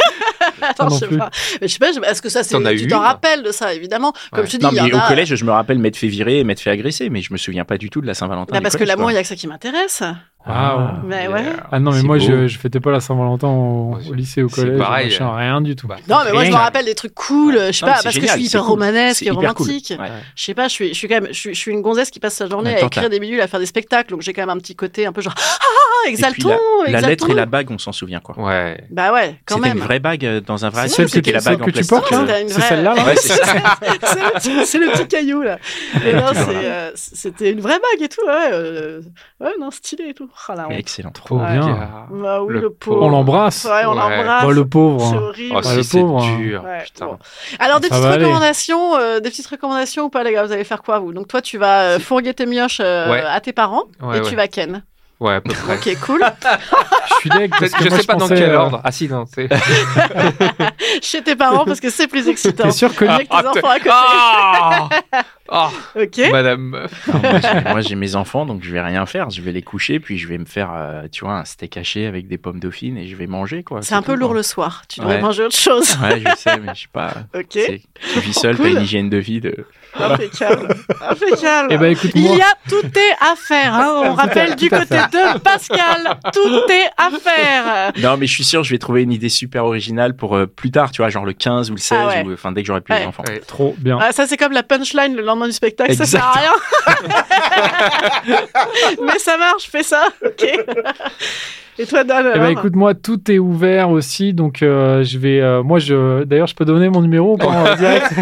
[SPEAKER 1] Attends,
[SPEAKER 3] Moi non
[SPEAKER 1] je sais
[SPEAKER 3] plus.
[SPEAKER 1] pas. Mais je sais pas, je- est-ce que ça, c'est.
[SPEAKER 4] T'en as
[SPEAKER 1] tu
[SPEAKER 4] eu
[SPEAKER 1] t'en
[SPEAKER 4] une
[SPEAKER 1] rappelles de ça, évidemment. Comme
[SPEAKER 4] Ouais.
[SPEAKER 1] je te dis,
[SPEAKER 2] Non,
[SPEAKER 1] il y
[SPEAKER 2] mais
[SPEAKER 1] en
[SPEAKER 2] au
[SPEAKER 1] a-
[SPEAKER 2] collège, je me rappelle m'être fait virer et m'être fait agresser, mais je me souviens pas du tout de la Saint-Valentin.
[SPEAKER 1] Bah,
[SPEAKER 2] du
[SPEAKER 1] parce que
[SPEAKER 2] collège,
[SPEAKER 1] l'amour,
[SPEAKER 2] quoi.
[SPEAKER 1] il y a que ça qui m'intéresse.
[SPEAKER 3] Ah ouais.
[SPEAKER 1] Mais Bah, ouais.
[SPEAKER 3] Ah non, mais
[SPEAKER 4] C'est
[SPEAKER 3] moi,
[SPEAKER 4] beau.
[SPEAKER 3] je, je fêtais pas la Saint-Valentin au, au lycée, au
[SPEAKER 4] C'est
[SPEAKER 3] collège.
[SPEAKER 4] pareil.
[SPEAKER 3] machin, rien du tout.
[SPEAKER 4] Bah,
[SPEAKER 1] Non, mais moi, je
[SPEAKER 2] Rien.
[SPEAKER 1] me rappelle des trucs cool,
[SPEAKER 2] Ouais.
[SPEAKER 1] je sais
[SPEAKER 2] Non, mais
[SPEAKER 1] pas,
[SPEAKER 2] c'est
[SPEAKER 1] parce que je
[SPEAKER 2] génial,
[SPEAKER 1] suis
[SPEAKER 2] c'est
[SPEAKER 1] hyper
[SPEAKER 2] cool.
[SPEAKER 1] romanesque
[SPEAKER 2] C'est
[SPEAKER 1] et
[SPEAKER 2] hyper cool.
[SPEAKER 1] romantique.
[SPEAKER 2] Ouais.
[SPEAKER 1] Je sais pas, je suis, je suis quand même, je suis, je suis une gonzesse qui passe sa journée à
[SPEAKER 2] Attends,
[SPEAKER 1] écrire
[SPEAKER 2] t'as-
[SPEAKER 1] des bidules, à faire des spectacles, donc j'ai quand même un petit côté un peu genre, ah,
[SPEAKER 2] puis
[SPEAKER 1] exaltons,
[SPEAKER 2] La lettre
[SPEAKER 1] exaltons.
[SPEAKER 2] et la bague, on s'en souvient, quoi.
[SPEAKER 4] Ouais.
[SPEAKER 1] Bah ouais, quand
[SPEAKER 2] C'était
[SPEAKER 1] même.
[SPEAKER 2] une vraie bague euh, dans un vrai.
[SPEAKER 1] C'est
[SPEAKER 3] Celle que
[SPEAKER 2] c'était
[SPEAKER 3] tu
[SPEAKER 2] la
[SPEAKER 3] celle
[SPEAKER 2] bague en
[SPEAKER 3] que tu
[SPEAKER 2] plastique,
[SPEAKER 3] portes, là
[SPEAKER 2] euh,
[SPEAKER 1] C'était une
[SPEAKER 3] C'est
[SPEAKER 1] vraie-
[SPEAKER 3] celle-là, là
[SPEAKER 2] Ouais, c'est ça.
[SPEAKER 1] c'est le petit- c'est le petit caillou là. Et non,
[SPEAKER 2] Toujours
[SPEAKER 1] c'est,
[SPEAKER 2] là.
[SPEAKER 1] euh, c'était une vraie bague et tout, ouais, euh, ouais, non, stylé et tout. Oh,
[SPEAKER 3] Ah
[SPEAKER 1] la honte.
[SPEAKER 2] Excellent.
[SPEAKER 3] Trop
[SPEAKER 1] Ouais.
[SPEAKER 3] bien.
[SPEAKER 1] Bah oui, le,
[SPEAKER 4] Le
[SPEAKER 1] pauvre.
[SPEAKER 3] On l'embrasse.
[SPEAKER 1] Ouais, on
[SPEAKER 4] Ouais.
[SPEAKER 1] l'embrasse.
[SPEAKER 3] Oh, le pauvre.
[SPEAKER 1] C'est
[SPEAKER 3] hein.
[SPEAKER 1] horrible.
[SPEAKER 4] Oh,
[SPEAKER 3] Ah, le
[SPEAKER 4] si, c'est
[SPEAKER 3] pauvre, hein.
[SPEAKER 4] dur.
[SPEAKER 1] Ouais,
[SPEAKER 4] Putain.
[SPEAKER 1] bon. Alors des
[SPEAKER 3] Ça
[SPEAKER 1] petites
[SPEAKER 3] va aller.
[SPEAKER 1] recommandations, euh, des petites recommandations ou pas les gars, vous allez faire quoi vous Donc toi tu vas euh,
[SPEAKER 4] Si.
[SPEAKER 1] fourguer tes mioches euh,
[SPEAKER 4] Ouais.
[SPEAKER 1] à tes parents
[SPEAKER 4] Ouais,
[SPEAKER 1] et
[SPEAKER 4] ouais.
[SPEAKER 1] tu vas ken.
[SPEAKER 4] Ouais, à peu près.
[SPEAKER 1] Ok cool.
[SPEAKER 3] Je suis deg
[SPEAKER 4] Je
[SPEAKER 3] parce que
[SPEAKER 4] je
[SPEAKER 3] moi,
[SPEAKER 4] sais pas dans
[SPEAKER 3] pensais,
[SPEAKER 4] quel
[SPEAKER 3] euh,
[SPEAKER 4] ordre. Ah si, non. c'est-
[SPEAKER 1] Chez tes parents parce que c'est plus excitant.
[SPEAKER 3] T'es sûr que
[SPEAKER 1] Mieux que tes
[SPEAKER 4] Ah,
[SPEAKER 1] enfants à côté.
[SPEAKER 4] Ah Ah,
[SPEAKER 1] Ok.
[SPEAKER 4] Madame Meuf.
[SPEAKER 2] Non, moi, j'ai- moi, j'ai mes enfants, donc je vais rien faire. Je vais les coucher, puis je vais me faire, euh, tu vois, un steak haché avec des pommes dauphines et je vais manger, quoi.
[SPEAKER 1] c'est un peu
[SPEAKER 2] tout,
[SPEAKER 3] hein.
[SPEAKER 1] lourd
[SPEAKER 2] quoi.
[SPEAKER 1] le soir. Tu devrais
[SPEAKER 2] Ouais.
[SPEAKER 1] manger autre chose.
[SPEAKER 2] Ouais, je sais, mais je sais pas.
[SPEAKER 1] Ok.
[SPEAKER 2] c'est- Tu vis seul,
[SPEAKER 1] Cool.
[SPEAKER 2] t'as une hygiène de vie de.
[SPEAKER 1] Impeccable. Ah, Impeccable.
[SPEAKER 3] Eh ben, écoute,
[SPEAKER 1] Il
[SPEAKER 3] moi.
[SPEAKER 1] y a tout est à faire. hein. On rappelle du côté de Pascal, tout est à faire.
[SPEAKER 2] Non, mais je suis sûr, je vais trouver une idée super originale pour euh, plus tard, tu vois, genre le 15 ou le 16,
[SPEAKER 1] Ah ouais.
[SPEAKER 2] ou enfin dès que j'aurai plus
[SPEAKER 1] Ouais.
[SPEAKER 2] d'enfants.
[SPEAKER 4] Ouais.
[SPEAKER 3] Trop bien.
[SPEAKER 1] Ah, ça, c'est comme la punchline le lendemain du spectacle. Ça sert à rien. Mais ça marche, fais ça. Ok. Et toi, Dan
[SPEAKER 3] Eh
[SPEAKER 1] alors
[SPEAKER 3] ben écoute moi tout est ouvert aussi donc euh, je vais euh, moi je d'ailleurs je peux donner mon numéro ou pas en direct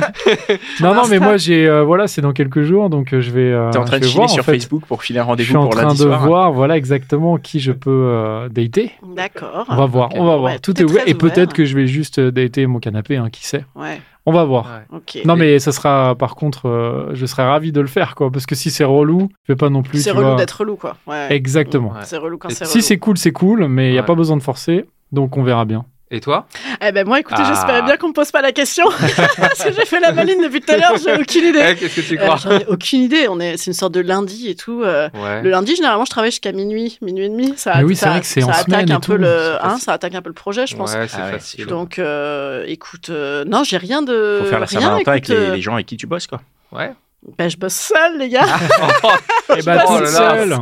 [SPEAKER 3] non non mais moi j'ai euh, voilà c'est dans quelques jours donc euh, je vais euh,
[SPEAKER 2] T'es en train
[SPEAKER 3] je
[SPEAKER 2] de
[SPEAKER 3] vais
[SPEAKER 2] chiner
[SPEAKER 3] voir, en
[SPEAKER 2] sur
[SPEAKER 3] fait.
[SPEAKER 2] Facebook pour filer un
[SPEAKER 3] je
[SPEAKER 2] rendez-vous
[SPEAKER 3] suis en
[SPEAKER 2] pour
[SPEAKER 3] train
[SPEAKER 2] lundi
[SPEAKER 3] de
[SPEAKER 2] soir.
[SPEAKER 3] voir voilà exactement qui je peux euh, dater
[SPEAKER 1] D'accord.
[SPEAKER 3] on va voir
[SPEAKER 2] ok.
[SPEAKER 3] on va voir
[SPEAKER 1] Ouais,
[SPEAKER 3] tout
[SPEAKER 1] t'es
[SPEAKER 3] est ouvert
[SPEAKER 1] très
[SPEAKER 3] et peut-être
[SPEAKER 1] ouvert.
[SPEAKER 3] que je vais juste euh, dater mon canapé hein, qui sait
[SPEAKER 1] Ouais,
[SPEAKER 3] on va
[SPEAKER 4] Oh.
[SPEAKER 3] voir
[SPEAKER 1] ok.
[SPEAKER 3] non mais ça sera par contre euh, je serais ravi de le faire quoi parce que si c'est relou je vais pas non plus
[SPEAKER 1] c'est
[SPEAKER 3] tu
[SPEAKER 1] relou
[SPEAKER 3] vois.
[SPEAKER 1] d'être relou, quoi. Ouais.
[SPEAKER 3] exactement
[SPEAKER 4] Ouais.
[SPEAKER 1] C'est relou quand
[SPEAKER 4] Et
[SPEAKER 1] c'est relou.
[SPEAKER 3] si c'est cool c'est cool mais il y a
[SPEAKER 4] Ouais.
[SPEAKER 3] pas besoin de forcer donc on verra bien
[SPEAKER 4] Et toi
[SPEAKER 1] Eh ben moi, écoutez,
[SPEAKER 4] Ah.
[SPEAKER 1] j'espérais bien qu'on me pose pas la question. Parce que j'ai fait la maline depuis tout à l'heure, j'ai aucune idée.
[SPEAKER 4] Eh, Qu'est-ce que tu
[SPEAKER 1] Euh,
[SPEAKER 4] crois
[SPEAKER 1] J'en ai aucune idée. On est, c'est une sorte de lundi et tout. euh,
[SPEAKER 4] Ouais.
[SPEAKER 1] Le lundi, généralement, je travaille jusqu'à minuit, minuit et demi. Ça,
[SPEAKER 3] Mais oui,
[SPEAKER 1] ça-
[SPEAKER 3] c'est vrai que c'est
[SPEAKER 1] ça
[SPEAKER 3] en
[SPEAKER 1] attaque
[SPEAKER 3] semaine et
[SPEAKER 1] un peu
[SPEAKER 3] tout,
[SPEAKER 1] le,
[SPEAKER 4] c'est
[SPEAKER 1] hein,
[SPEAKER 4] facile.
[SPEAKER 1] ça attaque un peu le projet, je pense.
[SPEAKER 4] Ouais, c'est
[SPEAKER 2] Ah ouais.
[SPEAKER 4] facile.
[SPEAKER 1] Donc, euh, écoute, euh, non, j'ai rien de.
[SPEAKER 2] Faut faire la
[SPEAKER 1] rien,
[SPEAKER 2] Saint-Valentin avec
[SPEAKER 1] écoute,
[SPEAKER 2] les,
[SPEAKER 1] euh,
[SPEAKER 2] les Ah, gens avec qui tu bosses, quoi.
[SPEAKER 4] Ouais.
[SPEAKER 1] Ben, je bosse seule, les gars.
[SPEAKER 3] Et bah,
[SPEAKER 4] Oh
[SPEAKER 3] toute
[SPEAKER 4] là là.
[SPEAKER 3] seule.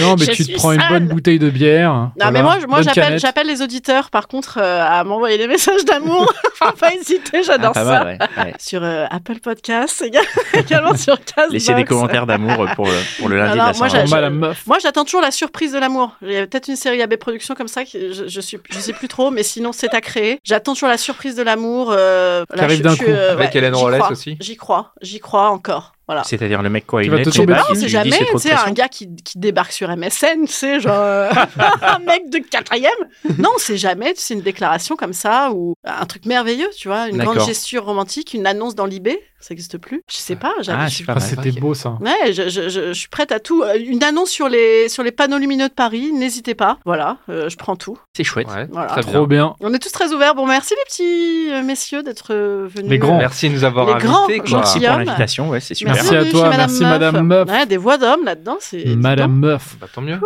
[SPEAKER 3] Non, mais
[SPEAKER 1] Je
[SPEAKER 3] tu te
[SPEAKER 1] suis
[SPEAKER 3] prends une
[SPEAKER 1] sale.
[SPEAKER 3] bonne bouteille de bière. Non,
[SPEAKER 1] Non, mais moi, je- moi j'appelle, j'appelle les auditeurs, par contre, euh, à m'envoyer des messages d'amour. Faut pas hésiter, j'adore
[SPEAKER 2] Ah, pas
[SPEAKER 1] ça.
[SPEAKER 2] mal, ouais. ouais.
[SPEAKER 1] Sur euh, Apple Podcasts, éga- également sur Castbox.
[SPEAKER 2] Laissez des commentaires d'amour pour le, pour le lundi
[SPEAKER 1] Alors,
[SPEAKER 2] de la
[SPEAKER 1] moi,
[SPEAKER 2] Saint-Valentin.
[SPEAKER 1] j'ai-
[SPEAKER 3] la Oh, meuf.
[SPEAKER 1] Moi, j'attends toujours la surprise de l'amour. Il y a peut-être une série AB Productions comme ça, que je, je, suis, je sais plus trop, mais sinon, c'est à créer. J'attends toujours la surprise de l'amour. Euh, voilà,
[SPEAKER 3] arrive
[SPEAKER 1] je-
[SPEAKER 3] d'un
[SPEAKER 1] je-
[SPEAKER 3] coup.
[SPEAKER 1] euh,
[SPEAKER 4] Avec Hélène
[SPEAKER 1] j'y
[SPEAKER 4] Rollès
[SPEAKER 1] crois.
[SPEAKER 4] aussi.
[SPEAKER 1] J'y crois, j'y crois encore. Voilà.
[SPEAKER 2] C'est-à-dire le mec quoi,
[SPEAKER 3] Qui
[SPEAKER 2] il
[SPEAKER 3] va
[SPEAKER 2] est
[SPEAKER 3] te
[SPEAKER 2] chez
[SPEAKER 3] tomber
[SPEAKER 2] Bach,
[SPEAKER 1] Non,
[SPEAKER 3] dessus.
[SPEAKER 2] tu
[SPEAKER 1] c'est
[SPEAKER 2] lui dis,
[SPEAKER 1] jamais,
[SPEAKER 2] c'est trop
[SPEAKER 1] tu
[SPEAKER 2] de
[SPEAKER 1] sais, un
[SPEAKER 2] pression.
[SPEAKER 1] gars qui, qui débarque sur MSN, tu sais, genre euh, un mec de quatrième. Non, c'est jamais, tu sais, une déclaration comme ça ou un truc merveilleux, tu vois, une grande
[SPEAKER 4] D'accord.
[SPEAKER 1] gesture romantique, une annonce dans l'IB, ça n'existe plus. Je sais pas, j'avais.
[SPEAKER 2] Ah,
[SPEAKER 1] je-
[SPEAKER 2] c'est pas
[SPEAKER 3] Ah,
[SPEAKER 2] mal.
[SPEAKER 3] C'était
[SPEAKER 4] ok.
[SPEAKER 3] beau ça.
[SPEAKER 1] Ouais, je, je- je- je suis prête à tout. Euh, Une annonce sur les, sur les panneaux lumineux de Paris, n'hésitez pas. Voilà, euh, je prends tout.
[SPEAKER 2] C'est chouette.
[SPEAKER 4] Ouais,
[SPEAKER 1] Voilà.
[SPEAKER 4] très
[SPEAKER 3] Trop
[SPEAKER 4] bien.
[SPEAKER 3] bien.
[SPEAKER 1] On est tous très ouverts. Bon, merci les petits euh, messieurs d'être euh, venus.
[SPEAKER 3] Les grands.
[SPEAKER 4] Merci de nous avoir
[SPEAKER 1] Les grands,
[SPEAKER 4] invités. quoi.
[SPEAKER 1] gentils.
[SPEAKER 2] Merci pour
[SPEAKER 1] Guillaume.
[SPEAKER 2] l'invitation, ouais, c'est super.
[SPEAKER 3] Merci à
[SPEAKER 1] Ruth
[SPEAKER 3] toi,
[SPEAKER 1] et
[SPEAKER 3] merci Madame Meuf.
[SPEAKER 1] Ouais, des voix d'hommes là-dedans, c'est.
[SPEAKER 3] Madame Meuf.
[SPEAKER 4] Bah, tant mieux.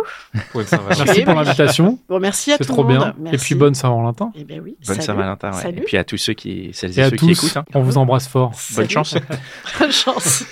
[SPEAKER 4] Pour une Saint-Valentin.
[SPEAKER 3] Merci
[SPEAKER 1] Oui,
[SPEAKER 3] pour
[SPEAKER 1] oui.
[SPEAKER 3] l'invitation.
[SPEAKER 1] Bon, merci à
[SPEAKER 3] C'est
[SPEAKER 1] tout
[SPEAKER 3] trop
[SPEAKER 1] le monde.
[SPEAKER 3] bien. Et
[SPEAKER 1] Merci.
[SPEAKER 3] puis bonne Saint-Valentin.
[SPEAKER 1] Eh ben oui.
[SPEAKER 2] Bonne
[SPEAKER 1] salut.
[SPEAKER 2] Saint-Valentin, ouais.
[SPEAKER 1] Salut.
[SPEAKER 2] Et puis à tous ceux qui, celles
[SPEAKER 3] Et
[SPEAKER 2] et,
[SPEAKER 3] à
[SPEAKER 2] ceux qui hein.
[SPEAKER 3] tous,
[SPEAKER 2] écoutent, hein.
[SPEAKER 3] on vous embrasse fort.
[SPEAKER 1] Salut.
[SPEAKER 2] bonne chance.
[SPEAKER 1] Bonne chance.